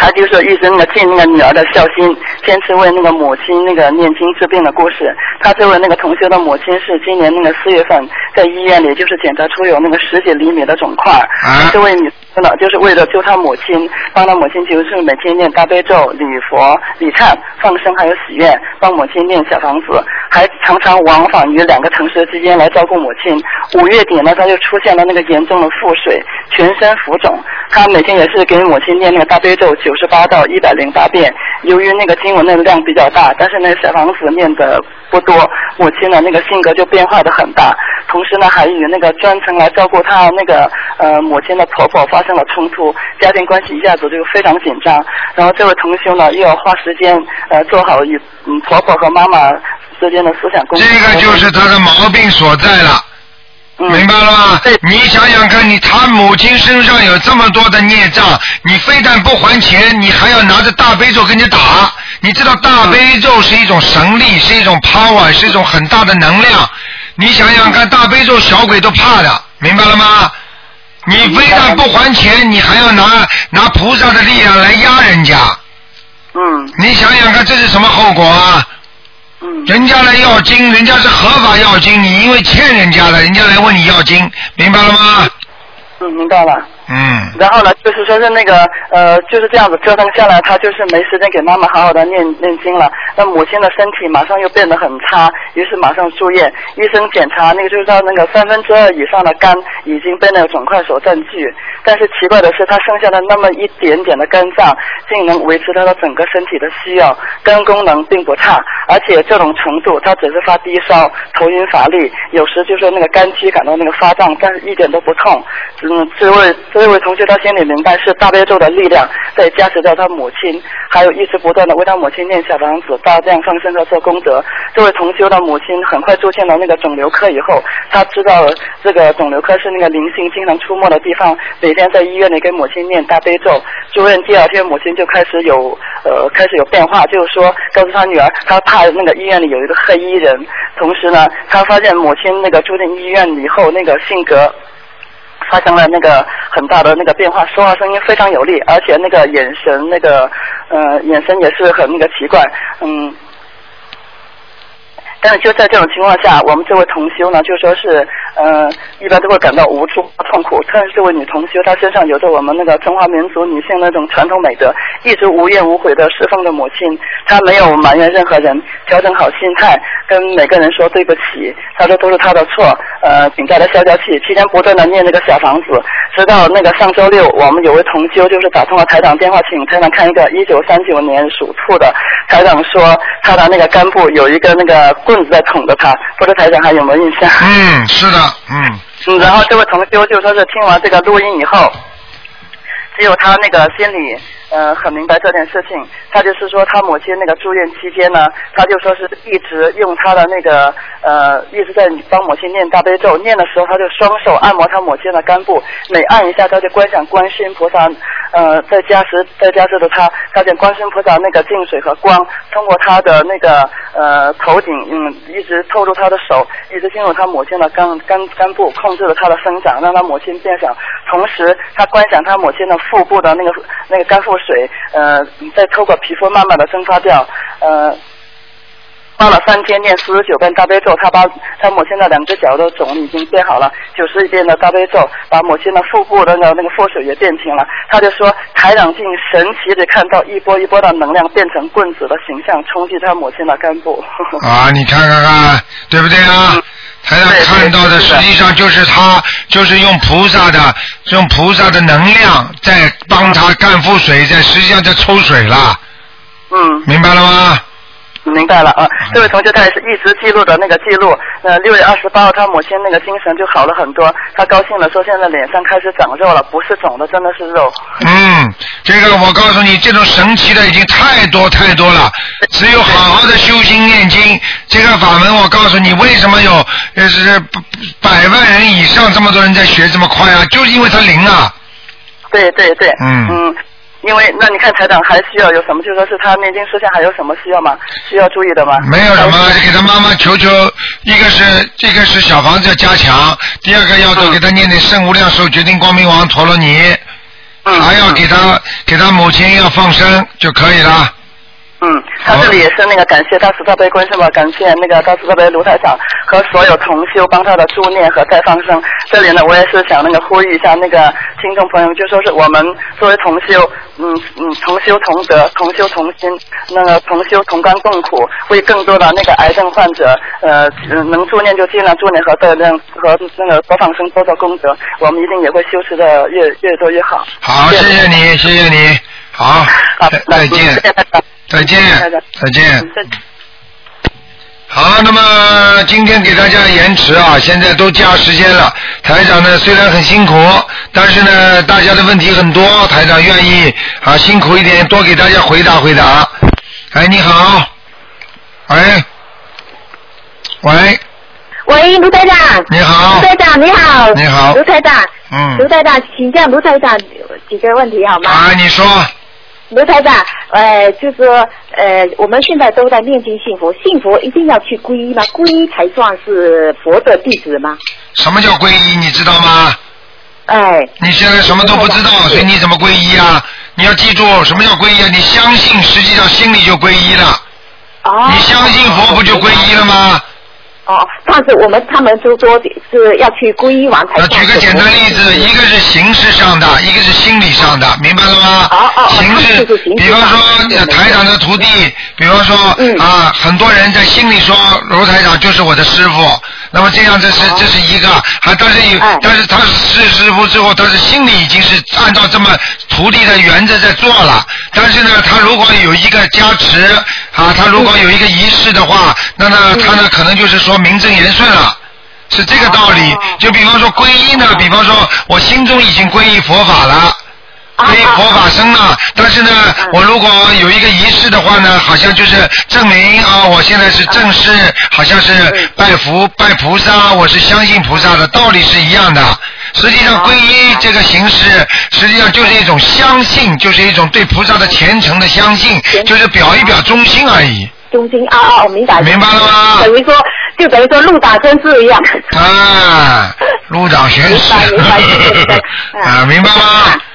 I: 她就是一直那个尽那个女儿的孝心，坚持为那个母亲那个念经治病的故事。她这位那个同修的母亲是今年那个四月份在医院里就是检查出有那个十几厘米的肿块，
A: 啊
I: 这位女生呢就是为了救她母亲，帮她母亲就是每天念大悲咒、礼佛、礼忏、放生还有许愿，帮母亲念小房子，还常常往返于两个城市之间来照顾母亲。五月底呢，她就出现了那个严重的腹水，全身浮肿。她每天也是给母亲念那个大悲咒九十八到一百零八遍。由于那个经文的量比较大，但是那个小房子念的不多，母亲的那个性格就变化的很大。同时呢，还与那个专程来照顾她那个呃母亲的婆婆发生了冲突，家庭关系一下子就非常紧张。然后这位同修呢，又要花时间呃做好与嗯婆婆和妈妈之间的思想工作。
A: 这个就是他的毛病所在了。
I: 嗯
A: 明白了吗
I: 对？
A: 你想想看，你他母亲身上有这么多的孽障，你非但不还钱，你还要拿着大悲咒跟人家打。你知道大悲咒是一种神
I: 嗯
A: 力，是一种 power，是一种很大的能量。你想想看，大悲咒小鬼都怕的，明白了吗？你非但不还钱，你还要拿拿菩萨的力量来压人家，
I: 嗯
A: 你想想看这是什么后果啊？
I: 嗯
A: 人家来要经，人家是合法要经，你因为欠人家的，人家来问你要经，明白了吗？
I: 嗯，明白了。
A: 嗯，
I: 然后呢，就是说是那个呃，就是这样子折腾下来，他就是没时间给妈妈好好的念念经了。那母亲的身体马上又变得很差，于是马上住院。医生检查那个就是说那个三分之二以上的肝已经被那个肿块所占据，但是奇怪的是，他剩下的那么一点点的肝脏，竟能维持他的整个身体的需要，肝功能并不差，而且这种程度，他只是发低烧、头晕乏力，有时就说那个肝区感到那个发胀，但是一点都不痛。嗯，这位这位同学他心里明白是大悲咒的力量在加持着他母亲，还有一直不断的为他母亲念小房子、大量放生和做功德。这位同修的母亲很快出现了那个肿瘤科以后，他知道了这个肿瘤科是那个灵性经常出没的地方，每天在医院里给母亲念大悲咒。住院第二天，母亲就开始有呃开始有变化，就是说告诉他女儿，他怕那个医院里有一个黑衣人。同时呢，他发现母亲那个住进医院以后，那个性格发生了那个很大的那个变化，说话声音非常有力，而且那个眼神那个呃眼神也是很那个奇怪，嗯。但是就在这种情况下，我们这位同修呢，就说是，呃，一般都会感到无助、痛苦。但是这位女同修，她身上有着我们那个中华民族女性那种传统美德，一直无怨无悔的侍奉着母亲。她没有埋怨任何人，调整好心态，跟每个人说对不起。她说都是她的错，呃，请大家消消气。期间不断的念那个小房子，直到那个上周六，我们有位同修就是打通了台长电话，请台长看一个一九三九年属兔的。台长说他的那个肝部有一个那个棍子在捅着他，不知道台长还有没有印象？
A: 嗯，是的，嗯，
I: 嗯，然后这位同修就说是听完这个录音以后，只有他那个心里呃很明白这件事情。他就是说他母亲那个住院期间呢，他就说是一直用他的那个呃一直在帮母亲念大悲咒，念的时候他就双手按摩他母亲的肝部，每按一下他就观想观世音菩萨。呃，在加持，在加持的他，看见观世音菩萨那个净水和光，通过他的那个呃头顶，嗯，一直透入他的手，一直进入他母亲的肝肝肝部，控制了他的生长，让他母亲变小。同时，他观想他母亲的腹部的那个那个肝腹水，呃，再透过皮肤慢慢的蒸发掉，呃。花了三天念四十九遍大悲咒，他把他母亲的两只脚的肿已经变好了，九十一遍的大悲咒，把母亲的腹部的那个那个腹水也变平了。他就说，台长竟神奇的看到一波一波的能量变成棍子的形象冲击他母亲的肝部。
A: 啊，你看看看，对不对啊？台上
I: 嗯对对
A: 看到的
I: 是
A: 实
I: 的
A: 际上就是他，就是用菩萨的用菩萨的能量在帮他干腹水，在实际上在抽水了，
I: 嗯，
A: 明白了吗？
I: 明白了啊，这位同学他也是一直记录的那个记录。呃，六月二十八号，他母亲那个精神就好了很多，他高兴的说现在脸上开始长肉了，不是肿的，真的是肉。
A: 嗯，这个我告诉你，这种神奇的已经太多太多了，只有好好的修心念经这个法门，我告诉你，为什么有呃是百万人以上这么多人在学这么快啊？就是因为它灵啊。
I: 对对对，
A: 嗯
I: 嗯，因为那你看台长还需要有什么？就说是他念经之下还有什么需要吗？需要注意的吗？
A: 没有什么，给他妈妈求求，一个是这个是小房子要加强，第二个要多
I: 嗯
A: 给他念点圣无量寿决定光明王陀罗尼，
I: 嗯，
A: 还要给他给他母亲要放生就可以了。
I: 嗯，他这里也是那个感谢大慈大悲观世音菩萨，感谢那个大慈大悲卢台长和所有同修帮他的助念和再放生。这里呢，我也是想那个呼吁一下那个听众朋友们，就说是我们作为同修，嗯嗯，同修同德，同修同心，那个同修同甘共苦，为更多的那个癌症患者，呃，嗯能助念就尽量助念和再量和那个多放生多做功德，我们一定也会修持的越越多越好。
A: 好，谢谢你，谢谢你，好
I: 好，
A: 再，
I: 那
A: 再
I: 嗯谢谢
A: 见，
I: 台长
A: 再
I: 谢谢
A: 见
I: 台长，
A: 再见
I: 嗯。再见
A: 好，那么今天给大家延迟啊，现在都加时间了。台长呢虽然很辛苦，但是呢大家的问题很多，台长愿意啊辛苦一点，多给大家回答回答。哎，你好，喂，喂，
J: 喂，卢台长。
A: 你好
J: 卢，台长你好。
A: 你好
J: 卢台长。
A: 嗯
J: 卢，台长，请教卢台长几个问题好吗？
A: 啊，你说，
J: 卢台长，呃，就说呃，我们现在都在念经信佛，信佛一定要去皈依吗？皈依才算是佛的弟子吗？
A: 什么叫皈依，你知道吗？
G: 哎，
A: 你现在什么都不知道，所以你怎么皈依啊？你要记住，什么叫皈依啊？你相信，实际上心里就皈依了。
G: 哦，
A: 你相信佛不就皈依了吗？
G: 哦，但是我们他们就说是要去皈依完才。
A: 那举个简单例 子，一个是形式上的，一个是心理上的，明白了吗？
G: 哦哦哦
A: 形式
G: 就是形，式
A: 比方说
G: 上的嗯
A: 呃台长的徒弟，比方说啊，很多人在心里说罗台长就是我的师傅，那么这样这是这是一个，啊，但是有
G: 哎，
A: 但是他是师傅之后，他是心里已经是按照这么徒弟的原则在做了，但是呢，他如果有一个加持啊，他如果
G: 嗯
A: 有一个仪式的话，那呢他呢可能就是说名正言顺了。是这个道理。就比方说皈依呢，比方说我心中已经皈依佛法了。皈依佛法僧了，但是呢，我如果有一个仪式的话呢，好像就是证明啊，我现在是正式，好像是拜佛拜菩萨，我是相信菩萨的道理是一样的。实际上，皈依这个形式，实际上就是一种相信，就是一种对菩萨的虔诚的相信，就是表一表忠心而已。
G: 中心啊啊，我明白。
A: 明白了吗
G: 等于说，就等于说路打针是一样。
A: 啊，入党选
G: 明
A: 史
G: 白，明白
A: 啊，明
G: 明白嗯
A: 白吗？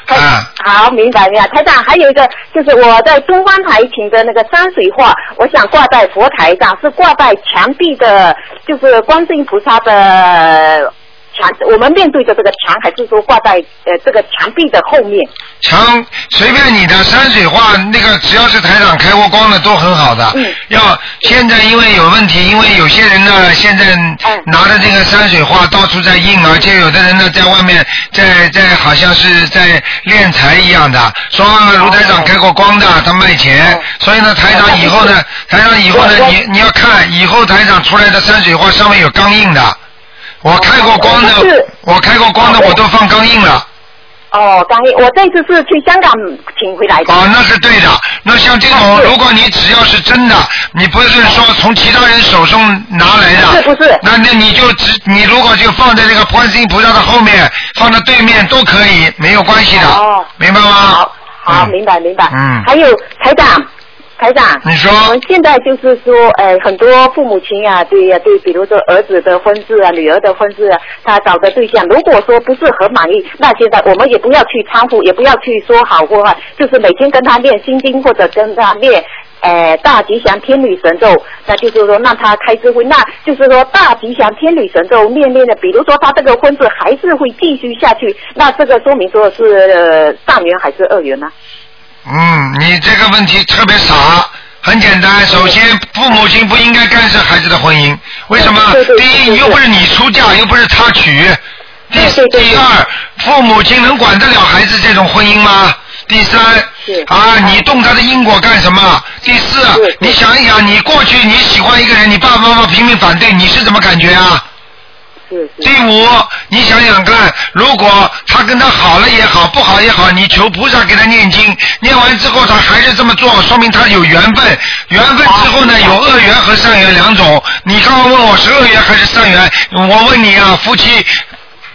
G: 台
A: 啊，
G: 好，明白明白。台长，还有一个就是我在东方台请的那个山水画，我想挂在佛台上，是挂在墙壁的，就是观世音菩萨的墙，我们面对着这个墙，还是说挂在呃这个墙壁的后面？
A: 墙随便你的山水画，那个只要是台长开过光的都很好的。
G: 嗯
A: 要现在因为有问题，因为有些人呢现在
G: 嗯
A: 拿着这个山水画到处在印，啊而且有的人呢在外面在在好像是在练财一样的，说卢台长开过光的，
G: 嗯
A: 他卖钱，所以呢台长以后呢，台长以后呢你你要看以后台长出来的山水画上面有钢印的。我开过光的
G: 哦是，
A: 我开过光的，我都放钢印了。
G: 哦，刚一我这次是去香港请回来的。
A: 哦，那是对的。那像这
G: 啊
A: 种，如果你只要是真的，你不是说从其他人手中拿来的，
G: 不是不是
A: 那那你就只你如果就放在这个观世音菩萨的后面，放在对面都可以，没有关系的，
G: 哦
A: 明白吗？
G: 好，好，
A: 嗯
G: 明白明白。
A: 嗯
G: 还有台长，台长，
A: 你说
G: 我们现在就是说，呃，很多父母亲啊，对呀、对，比如说儿子的婚事啊，女儿的婚事啊，他找的对象，如果说不是很满意，那现在我们也不要去掺和，也不要去说好或坏，就是每天跟他念心经或者跟他念。呃，大吉祥天女神咒，那就是说让他开智慧，那就是说大吉祥天女神咒念念的，比如说他这个婚事还是会继续下去，那这个说明说是、呃、上缘还是二缘呢？
A: 嗯，你这个问题特别傻。很简
G: 嗯
A: 单，首先父母亲不应该干涉孩子的婚姻，为什么？
G: 嗯对对对
A: 第一，
G: 对对
A: 又不是你出嫁，又不是他娶。第
G: 对对对
A: 第二，父母亲能管得了孩子这种婚姻吗？第三
G: 是，
A: 啊，你动他的因果干什么？第四
G: 是是，
A: 你想一想，你过去你喜欢一个人，你爸爸妈妈拼命反对，你是怎么感觉啊？
G: 是是
A: 第五，你想想看，如果他跟他好了也好，不好也好，你求菩萨给他念经，念完之后他还是这么做，说明他有缘分。缘分之后呢，有恶缘和善缘两种。你刚刚问我是恶缘还是善缘，我问你啊，夫妻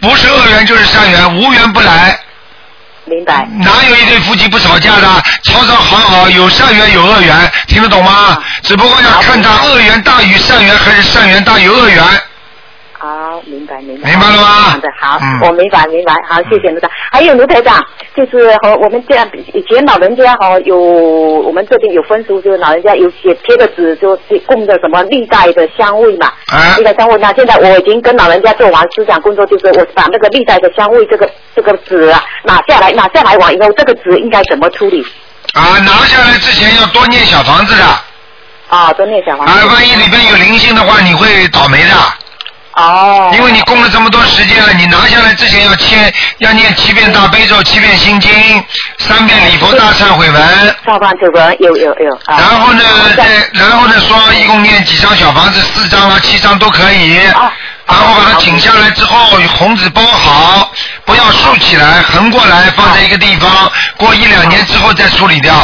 A: 不是恶缘就是善缘，无缘不来。
G: 明白。
A: 哪有一对夫妻不吵架的？吵吵好好，有善缘有恶缘，听得懂
G: 啊
A: 吗？只不过要看他恶缘大于善缘，还是善缘大于恶缘。
G: 好，明白明白。
A: 明白了吗
G: 好的，好，
A: 嗯
G: 我明白明白，好，谢谢卢台长。还有卢台长，就是和我们这样，以前老人家哈有我们这边有风俗，就是老人家有写贴个纸，就是供的什么历代的香味嘛，
A: 啊
G: 历代香味。那现在我已经跟老人家做完思想工作，就是我把那个历代的香味这个这个纸啊拿下来，拿下来完以后，这个纸应该怎么处理？
A: 啊，拿下来之前要多念小房子的，啊，
G: 啊，都念小黄。
A: 万一里边有灵性的话，你会倒霉的，
G: 哦，
A: 因为你供了这么多时间了，你拿下来之前要签，要念七遍大悲咒、七遍心经、三遍礼佛大忏悔文，
G: 上班这个有有有啊。
A: 然后呢，
G: 在
A: 再然后呢说一共念几张小房子，四张啊、七张都可以，
G: 啊
A: 然后把它请下来之后，红纸包好，不要竖起来，横过来放在一个地方，过一两年之后再处理掉，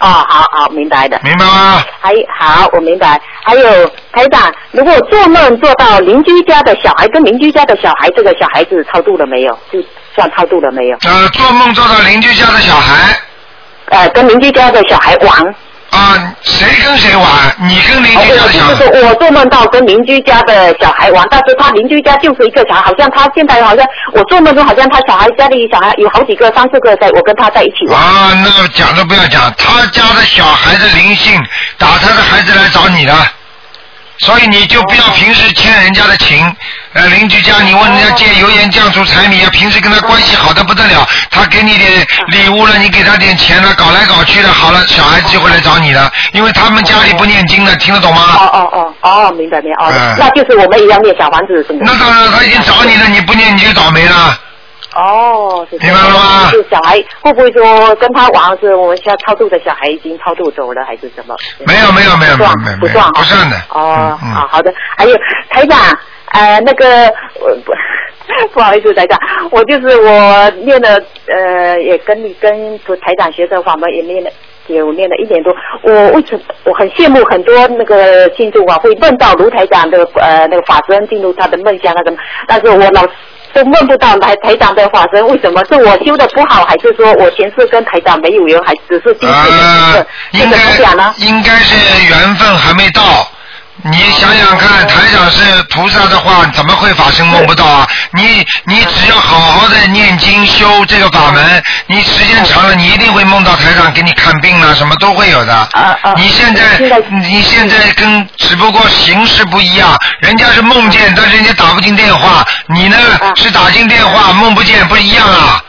G: 哦，好好明白的。
A: 明白吗？
G: 还好，我明白。还有台长，如果做梦做到邻居家的小孩跟邻居家的小孩，这个小孩子超度了没有？就算超度了没有？
A: 呃，做梦做到邻居家的小孩。
G: 呃，跟邻居家的小孩玩。
A: 啊，谁跟谁玩？啊你跟邻
G: 哦，
A: 居家
G: 我
A: 的
G: 就
A: 小孩，
G: 是说，我做梦到跟邻居家的小孩玩，但是他邻居家就是一个小孩，好像他现在好像我做梦中好像他小孩家里小孩有好几个、三四个在，我跟他在一起玩。
A: 啊，那讲都不要讲，他家的小孩的灵性打他的孩子来找你了，所以你就不要平时欠人家的情。呃，邻居家你问人家借油盐酱醋柴米啊，平时跟他关系好的不得了，他给你点礼物了，你给他点钱了，搞来搞去的，好了，小孩子就会来找你了，因为他们家里不念经的，听得懂吗？
G: 哦哦哦哦，明白明白哦，
A: 嗯
G: 那就是我们一样念小房子什么的
A: 那当然了，他已经找你了，你不念你就倒霉了。
G: 哦，是这样
A: 明白了吗
G: 就是小孩会不会说跟他玩是我们现在超度的小孩已经超度走了还是什么？
A: 没有没有没有
G: 不
A: 没有
G: 算
A: 没有
G: 不算啊
A: 不算的。
G: 哦，
A: 嗯嗯
G: 好好的，还有台长，呃，那个 我不不好意思，台长，我就是我练了，呃，也跟你跟台长学的法门，也练了。有练了一年多，我为什么我很羡慕很多那个信众啊，会梦到卢台长的呃那个法身进入他的梦乡啊什么，但是我老都梦不到台台长的法身，为什么？是我修的不好，还是说我前世跟台长没有缘，还只是今世的缘
A: 啊
G: 分？，这
A: 应
G: 个怎么讲呢
A: 该？应该是缘分还没到。你想想看，台长是菩萨的话，怎么会法身梦不到啊？你你只要好好的念经修这个法门，你时间长了，你一定会梦到台长给你看病啦、什么都会有的
G: 啊啊。
A: 你现在
G: 现在
A: 你现在跟只不过形式不一样，人家是梦见，但是人家打不进电话，你呢
G: 啊
A: 是打进电话梦不见，不一样啊。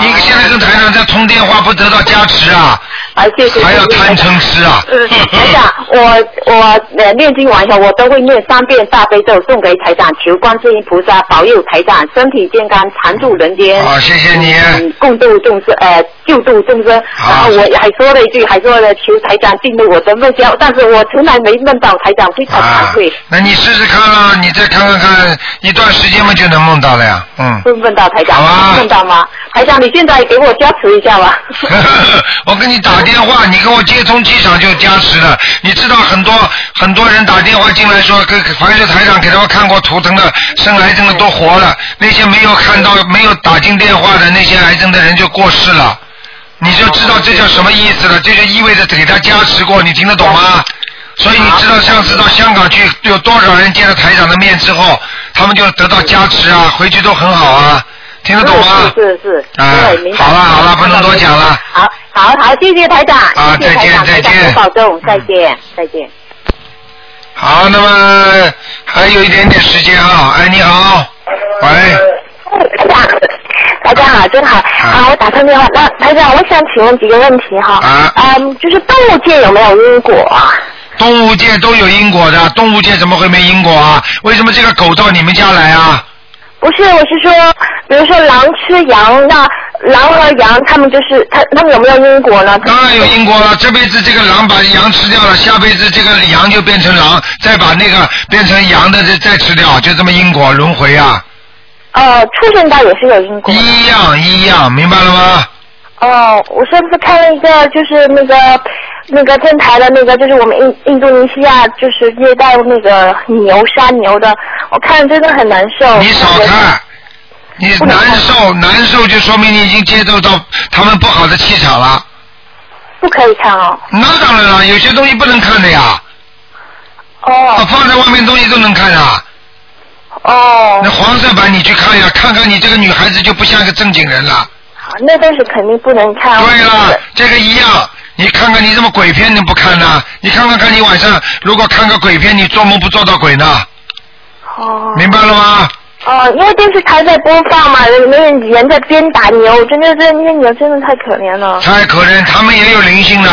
A: 一个现在跟台长在通电话，不得到加持啊。
G: 啊，谢谢。
A: 还要贪嗔痴啊！
G: 嗯，台长，我我呃念经完以后，我都会念三遍大悲咒，送给台长，求观世音菩萨保佑台长身体健康，常住人间。
A: 好，谢谢你。啊
G: 嗯，共度众生，呃，救度众生。
A: 好
G: 然后我还说了一句，还说了求台长进入我的梦乡，但是我从来没梦到台长，非常
A: 啊
G: 惭愧，，
A: 那你试试看啦，你再看看看，一段时间嘛就能梦到了呀，嗯。
G: 会梦到台长
A: 好啊，
G: 梦到吗？台长，你现在给我加持一下吧。
A: 我跟你打电话，你跟我接通机场就加持了。你知道很多很多人打电话进来说，跟凡是台长给他们看过图腾的，生癌症的都活了，那些没有看到、没有打进电话的那些癌症的人就过世了。你就知道这叫什么意思了，这就意味着给他加持过，你听得懂吗？所以你知道上次到香港去有多少人见了台长的面之后，他们就得到加持啊，回去都很好啊，听得懂吗？
G: 嗯是是是，
A: 啊
G: 对，明白。
A: 好了好了不能多讲了
G: 好，好好，谢谢台长，
A: 啊
G: 谢谢台长，
A: 再见再见
G: 台长
A: 嗯
G: 您保重，再见，再见。
A: 好，那么还有一点点时间啊。哎，你好，喂，
B: 台长，台长好，真好
A: 嗯
B: 啊！我打通电话，那台长，我想请问几个问题哈。
A: 啊
B: 嗯，就是动物界有没有因果啊？
A: 动物界都有因果的，动物界怎么会没因果啊？为什么这个狗到你们家来啊？
B: 不是，我是说，比如说狼吃羊，那狼和羊他们就是他他们有没有因果呢？
A: 当然有因果了，这辈子这个狼把羊吃掉了，下辈子这个羊就变成狼，再把那个变成羊的再再吃掉，就这么因果轮回啊，
B: 呃，畜生道也是有因果的。
A: 一样一样，明白了吗？
B: 哦，我上次看了一个，就是那个那个电台的那个，就是我们印印度尼西亚就是虐待那个牛杀牛的，我看了真的很难受。
A: 你少
B: 感觉
A: 看，你
B: 不能
A: 难
B: 看
A: 受难受就说明你已经接受到他们不好的气场了。
B: 不可以看哦。
A: 那当然了，有些东西不能看的呀，啊
B: 哦
A: 放在外面东西都能看啊。
B: 哦
A: 那，黄色版你去看呀，看看你这个女孩子就不像个正经人了。
B: 哦那但是肯定不能看哦。
A: 对了，这个一样，你看看你怎么鬼片你不看呢、你看看看你晚上如果看个鬼片，你做梦不做到鬼呢？
B: 哦
A: 明白了吗？
B: 哦，因为电视台在播放嘛，人人人在边打牛，真的是那些牛真的太可怜了。
A: 太可怜，他们也有灵性的。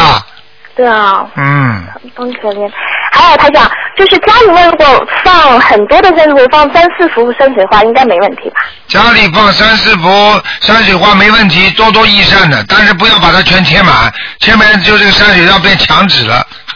B: 对啊。
A: 嗯，
B: 很可怜。还有台长，就是家里面如果放很多的山水画，放三四幅山水画，应该没问题吧？
A: 家里放三四幅山水画没问题，多多益善的，但是不要把它全贴满，贴满就这个山水画变墙纸了。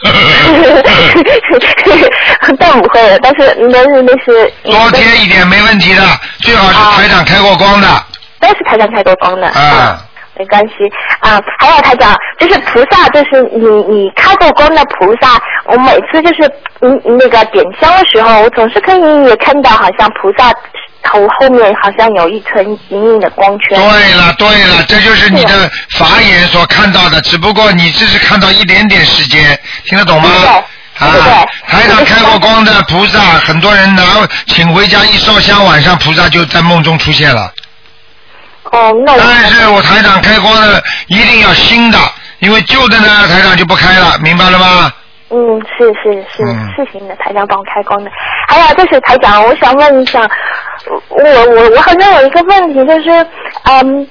B: 但不会的，但是那是那是
A: 多贴
B: 啊
A: 一点没问题的，最好是台长开过光的。
B: 但是台上太多光的。
A: 啊，
B: 没关系啊、还有台长，就是菩萨，就是你你开过光的菩萨，我每次就是嗯那个点香的时候，我总是可以也看到好像菩萨头后面好像有一层隐隐的光圈。
A: 对了对了，这就是你的法眼所看到的，只不过你只是看到一点点时间，听得懂吗？啊，台长开过光的菩萨，很多人拿请回家一烧香，晚上菩萨就在梦中出现了。
B: 哦，那
A: 但是我台长开光的一定要新的，因为旧的呢台长就不开了，明白了吗？
B: 嗯，是是是，是行的，台长帮我开光的。还有就是台长，我想问一下，我我我好像有一个问题，就是嗯，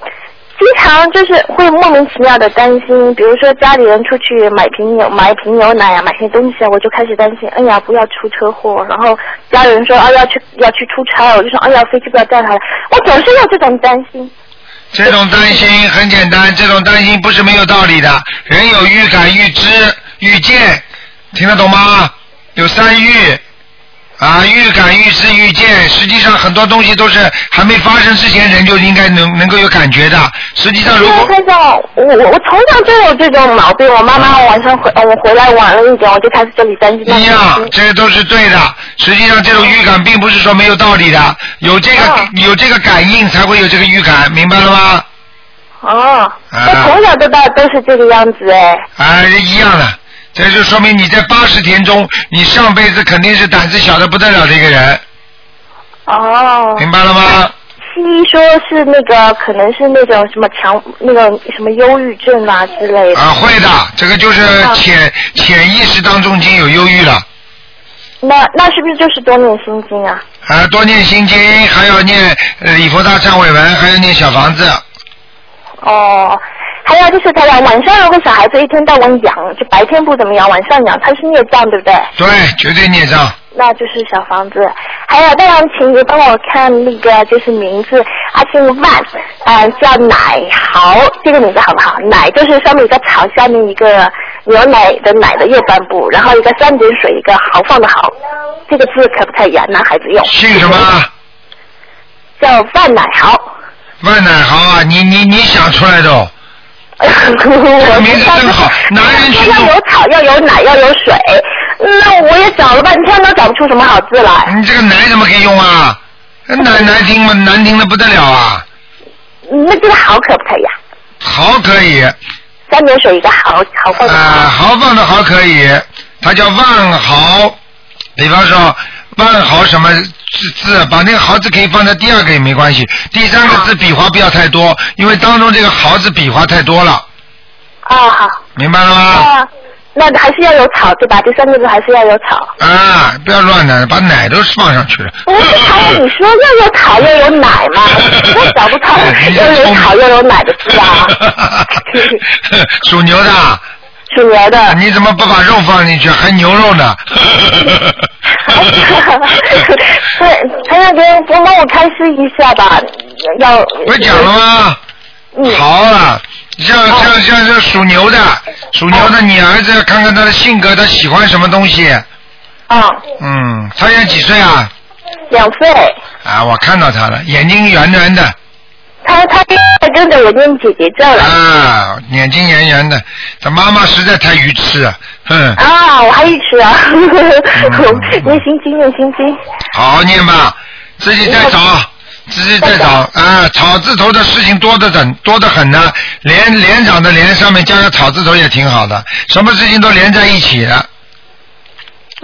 B: 经常就是会莫名其妙的担心，比如说家里人出去买瓶牛买瓶牛奶啊，买些东西啊，我就开始担心，哎呀不要出车祸。然后家里人说啊要去要去出差，我就说哎呀飞机不要掉下来，我总是有这种担心。
A: 这种担心很简单，这种担心不是没有道理的。人有预感、预知、预见，听得懂吗？有三预啊，预感、预知、预见。实际上很多东西都是还没发生之前，人就应该能能够有感觉的。实际上，如果
B: 台长，我我我从小就有这种毛病，我妈妈晚上回呃我回来晚了一点，我就开始这里担心那
A: 一
B: 里
A: 样，这都是对的。实际上，这种预感并不是说没有道理的，有这个、有这个感应才会有这个预感，明白了吗？
B: 哦，
A: 啊
B: 我从小到大都是这个样子哎。
A: 啊，一样的，这就说明你在八十天中，你上辈子肯定是胆子小的不得了的一个人，
B: 哦。
A: 明白了吗？
B: 西医说是那个可能是那种什么强那种什么忧郁症啊之类的。
A: 啊，会的，这个就是潜潜意识当中已经有忧郁了。
B: 那那是不是就是多念心经啊？
A: 啊，多念心经，还要念呃礼佛大忏悔文，还要念小房子。
B: 哦。还有就是，他讲晚上如果小孩子一天到晚痒，就白天不怎么痒，晚上痒，他是孽障，对不对？
A: 对，绝对孽障。
B: 那就是小房子。还有，当然，请你帮我看那个就是名字，他姓万，呃，叫奶豪，这个名字好不好？奶就是上面一个草，下面一个牛奶的奶的右半部，然后一个三点水，一个豪放的豪，这个字可不可以啊？男孩子用。
A: 姓什么？啊
B: 叫万奶豪。
A: 万乃豪啊，你你你想出来的、哦？
B: 这
A: 个名字真好，男人去
B: 要有草，要有奶，要有水。嗯那我也找了半天都找不出什么好字来。嗯
A: 你嗯这个奶怎么可以用啊？难难听吗？难听的不得了啊！
B: 那这个豪可不可以啊？
A: 豪可以，啊、
B: 三点水一个豪，豪放的豪。
A: 豪放的豪可以，它叫万豪。比方说万豪什么字字，把那个豪字可以放在第二个也没关系，第三个
B: 啊
A: 字笔画不要太多，因为当中这个豪字笔画太多了，
B: 啊好。
A: 明白了吗？
B: 啊，那还是要有草对吧？第三个字还是要有草。
A: 啊，不要乱的，把奶都放上去了。
B: 我是草，你说又有草又有奶嘛，那找不到
A: 哎
B: 又有草又有奶的字啊。
A: 属牛的啊，
B: 属牛的。
A: 你怎么不把肉放进去，还牛肉呢？
B: 对，陈小姐，不帮我开示一下吧， 要。嗯
A: 不讲了吗？好了，像
B: 哦
A: 像像这属牛的，属牛的，你儿子要看看他的性格，他喜欢什么东西。
B: 啊。
A: 嗯，他现在几岁啊？
B: 两岁，
A: 啊，我看到他了，眼睛圆圆的，
B: 他他跟着我念姐姐咒了。
A: 啊，眼睛圆圆的，他妈妈实在太愚痴了，哼，
B: 啊，我还一直啊，
A: 嗯
B: 念心经，念心经。
A: 好好念吧，自己再找，自己再找啊，草字头的事情多得很，多得很呢、连连长的连上面加个草字头也挺好的，什么事情都连在一起了。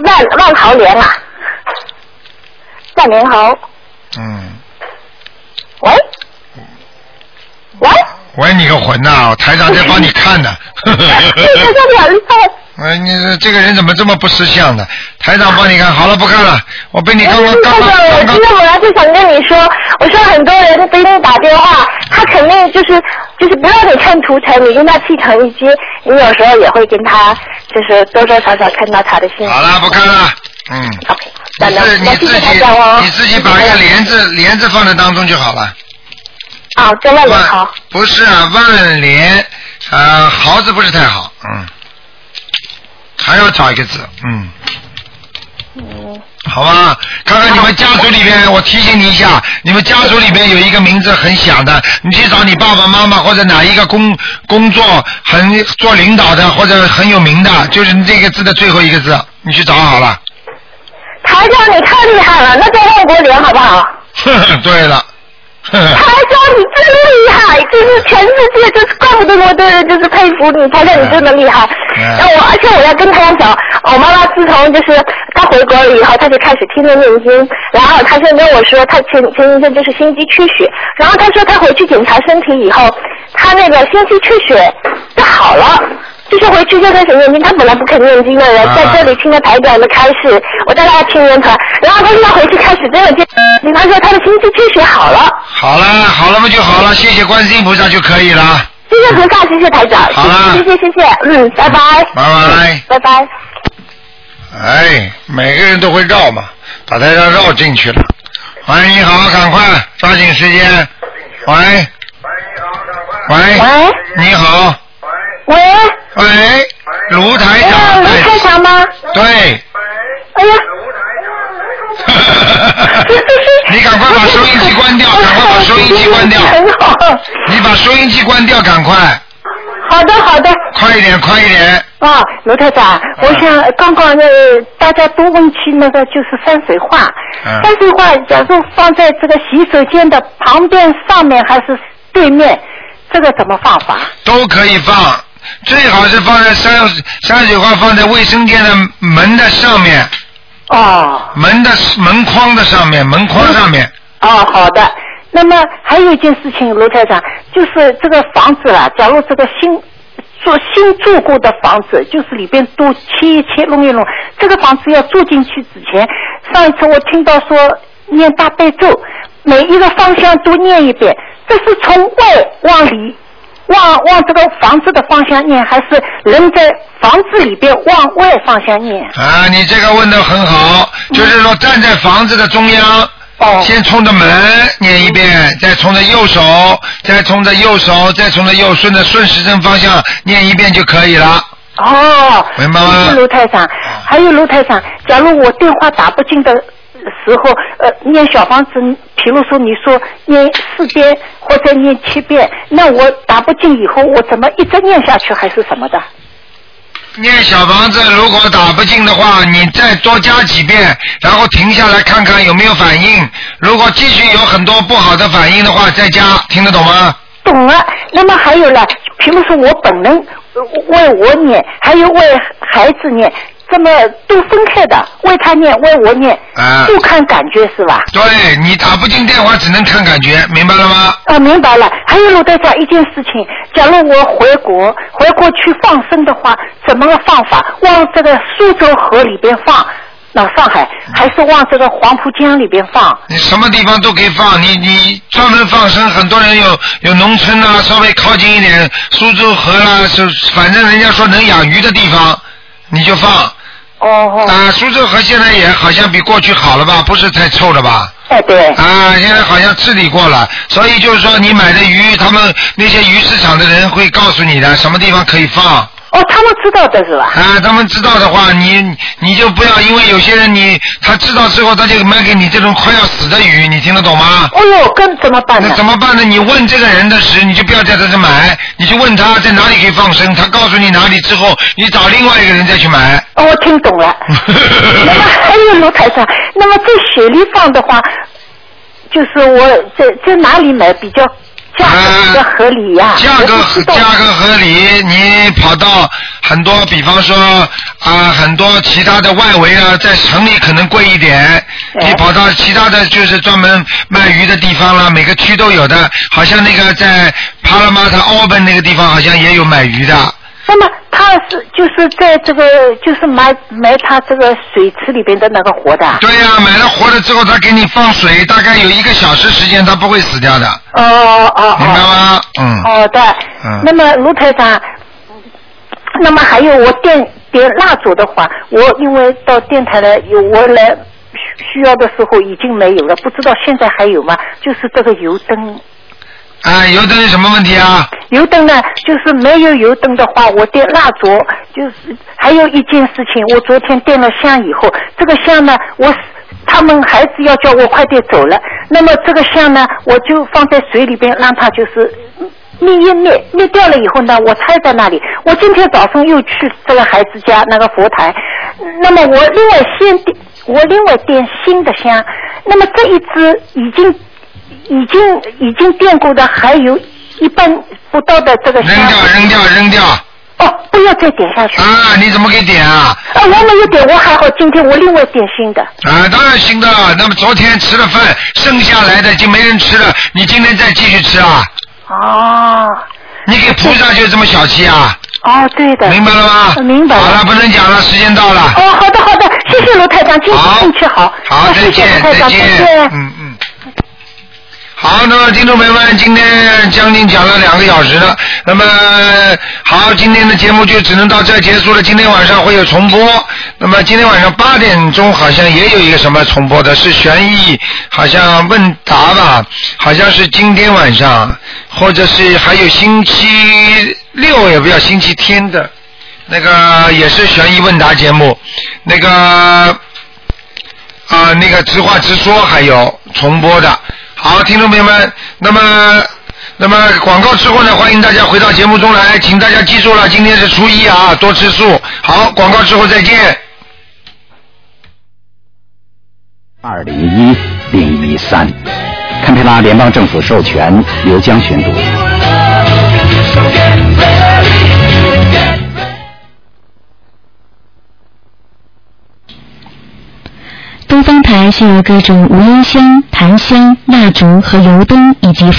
B: 万万豪莲啊，万年豪，
A: 嗯，
B: 喂，喂，
A: 喂你个魂呐、我台长在帮你看 呢。
B: 这个叫两岁。
A: 哎，你这这个人怎么这么不识相的？台长帮你看好了，不看了，我哎被你刚刚刚刚
B: 我
A: 刚刚
B: 嗯今天本来就想跟你说，我说很多人给你打电话，他肯定就是就是不让你看图腾，你跟他气场一接，你有时候也会跟他就是多多少少看到他的心。
A: 好了，不看了。嗯，
B: 那
A: 你
B: 那
A: 是
B: 那
A: 你自
B: 谢谢
A: 己
B: 台长哦
A: 你自己把一个帘子帘子放在当中就好了。
B: 啊，真的
A: 万
B: 好。
A: 不是啊，万莲呃豪字不是太好，嗯，还要找一个字，嗯，
B: 嗯，
A: 好吧？看看你们家族里边，我提醒你一下，你们家族里边有一个名字很响的，你去找你爸爸妈妈或者哪一个工工作很做领导的或者很有名的，就是你这个字的最后一个字，你去找好了。
B: 台长你太厉害了，那叫万国莲好不好？
A: 对了，
B: 台长你真厉害，就是全世界就是怪不得我的人就是佩服你，台长你真的厉害。那我而且我要跟台长讲，我妈妈自从就是她回国了以后，她就开始天天念经，然后她先跟我说，她前前一阵就是心肌缺血，然后她说她回去检查身体以后，她那个心肌缺血就好了。就是回去就开始念经，她本来不肯念经的人，
A: 啊
B: 在这里听了台长的开示，我带她听人团，然后她现在回去开始真的念经，她说她的心肌缺血好了，
A: 好了，好了嘛就好了，谢谢观世音菩萨就可以了，
B: 谢谢菩萨，谢谢台长，
A: 好了
B: 谢谢谢谢，谢谢嗯，拜拜，
A: 拜拜。
B: 拜拜。
A: 哎，每个人都会绕嘛，把台上绕进去了。喂，你好，赶快抓紧时间。喂，喂，你好，
B: 喂，
A: 喂，卢台
B: 哎
A: 长，
B: 卢台长吗？
A: 对，
B: 哎呀，
A: 你赶快把收音机关 掉，赶快把收音机关掉，
B: 很好，
A: 你把收音机关掉，赶快，
B: 好的好的。
A: 快一点，快一点。
K: 啊，卢太长，我想呃刚刚呃大家都问起那个就是山水画，
A: 嗯
K: 山水画假如放在这个洗手间的旁边、上面还是对面，这个怎么放法？
A: 都可以放，最好是放在山山水画放在卫生间的门的上面，
K: 哦
A: 门的门框的上面，门框上面。
K: 哦，好的。那么还有一件事情，卢太长，就是这个房子啦，假如这个新。住新住过的房子，就是里边多切一切、弄一弄。这个房子要住进去之前，上一次我听到说念大悲咒，每一个方向都念一遍。这是从外往里，往往这个房子的方向念，还是人在房子里边往外方向念？
A: 啊，你这个问的很好，就是说站在房子的中央，先冲着门念一遍，再冲着右手，再冲着右手，再冲着右，顺着顺时针方向念一遍就可以了。
K: 哦，
A: 明白吗
K: 谢谢卢台长，还有卢台长，假如我电话打不进的时候，呃，念小房子，比如说你说念四遍或者念七遍，那我打不进以后，我怎么一直念下去还是什么的？
A: 念小房子，如果打不进的话，你再多加几遍，然后停下来看看有没有反应。如果继续有很多不好的反应的话，再加，听得懂吗？
K: 懂了。那么还有呢，比如说我本人呃为我念，还有为孩子念，这么都分开的，为他念，为我念，
A: 啊
K: 就看感觉是吧？
A: 对你打不进电话，只能看感觉，明白了吗？
K: 啊，明白了。还有罗队长一件事情，假如我回国，回国去放生的话，怎么个放法？往这个苏州河里边放，那上海，还是往这个黄浦江里边 放？
A: 你什么地方都可以放，你你专门放生，很多人有有农村啊，稍微靠近一点苏州河啦、是反正人家说能养鱼的地方，你就放。
K: 哦
A: 啊、苏州河现在也好像比过去好了吧？不是太臭了吧？
K: 哎，对。
A: 啊，现在好像治理过了，所以就是说你买的鱼，他们那些鱼市场的人会告诉你的，什么地方可以放。
K: 哦，他们知道的是吧？
A: 啊，他们知道的话，你你就不要，因为有些人你他知道之后，他就卖给你这种快要死的鱼，你听得懂吗？
K: 哦哟，跟怎么办呢
A: 那？怎么办呢？你问这个人的时，你就不要在他这买，你就问他在哪里可以放生，他告诉你哪里之后，你找另外一个人再去买。
K: 哦，我听懂 了。那么还有卢台长，那么在雪梨放的话，就是我在在哪里买比较价
A: 啊
K: 格比较合理呀、
A: 价
K: 啊我
A: 格
K: 不知道
A: 价格合理，你跑到很多，比方说啊、很多其他的外围啊，在城里可能贵一点。你跑到其他的就是专门卖鱼的地方啦，每个区都有的。好像那个在帕拉马塔奥本那个地方，好像也有买鱼的。
K: 那么他是就是在这个就是买买他这个水池里边的那个活的啊。
A: 对呀、买了活的之后，哎他给你放水，大概有一个小时时间，它不会死掉的，
K: 哦哦哦。
A: 明白吗？嗯。
K: 好的。
A: 嗯
K: 那么卢台长，那么还有我点点蜡烛的话，我因为到电台来有我来需需要的时候已经没有了，不知道现在还有吗？就是这个油灯。
A: 啊，油灯有什么问题啊？
K: 油灯呢，就是没有油灯的话，我点蜡烛，就是还有一件事情，我昨天点了香以后，这个香呢，我他们孩子要叫我快点走了，那么这个香呢，我就放在水里边让它就是。灭一灭灭掉了以后呢，我插在那里。我今天早上又去这个孩子家那个佛台，那么我另外先点，我另外点新的香。那么这一支已经已经已经变过的还有一半不到的这个香。扔掉，
A: 扔掉，扔掉。
K: 哦，不要再点下去。
A: 啊，你怎么给点啊？
B: 哦
K: 啊，我没有点，我还好，今天我另外点新的。
A: 啊，当然行的。那么昨天吃了饭，剩下来的已经没人吃了，你今天再继续吃啊？
K: 哦。
A: 你给菩萨就这么小气啊？
K: 哦，对的。哦
A: 明白了吗？
K: 明白了。
A: 好了，不能讲了，时间到了。
K: 哦，好的好的，谢谢罗台长，今天运气好。
A: 好，再见，
K: 卢台
A: 再
K: 长，
A: 见，嗯嗯。好，那么听众朋友们，今天将近讲了两个小时了，那么好，今天的节目就只能到这儿结束了。今天晚上会有重播，那么今天晚上八点钟好像也有一个什么重播的，是悬疑，好像问答吧，好像是今天晚上，或者是还有星期六也不要星期天的，那个也是悬疑问答节目，那个。啊、那个直话直说还有重播的。好，听众朋友们，那么那么广告之后呢，欢迎大家回到节目中来，请大家记住了，今天是初一啊，多吃素。好，广告之后再见。
L: 二零一零一三，堪培拉联邦政府授权由江宣读。
E: 东方台是由各种无烟香、檀香、蜡烛和油灯以及佛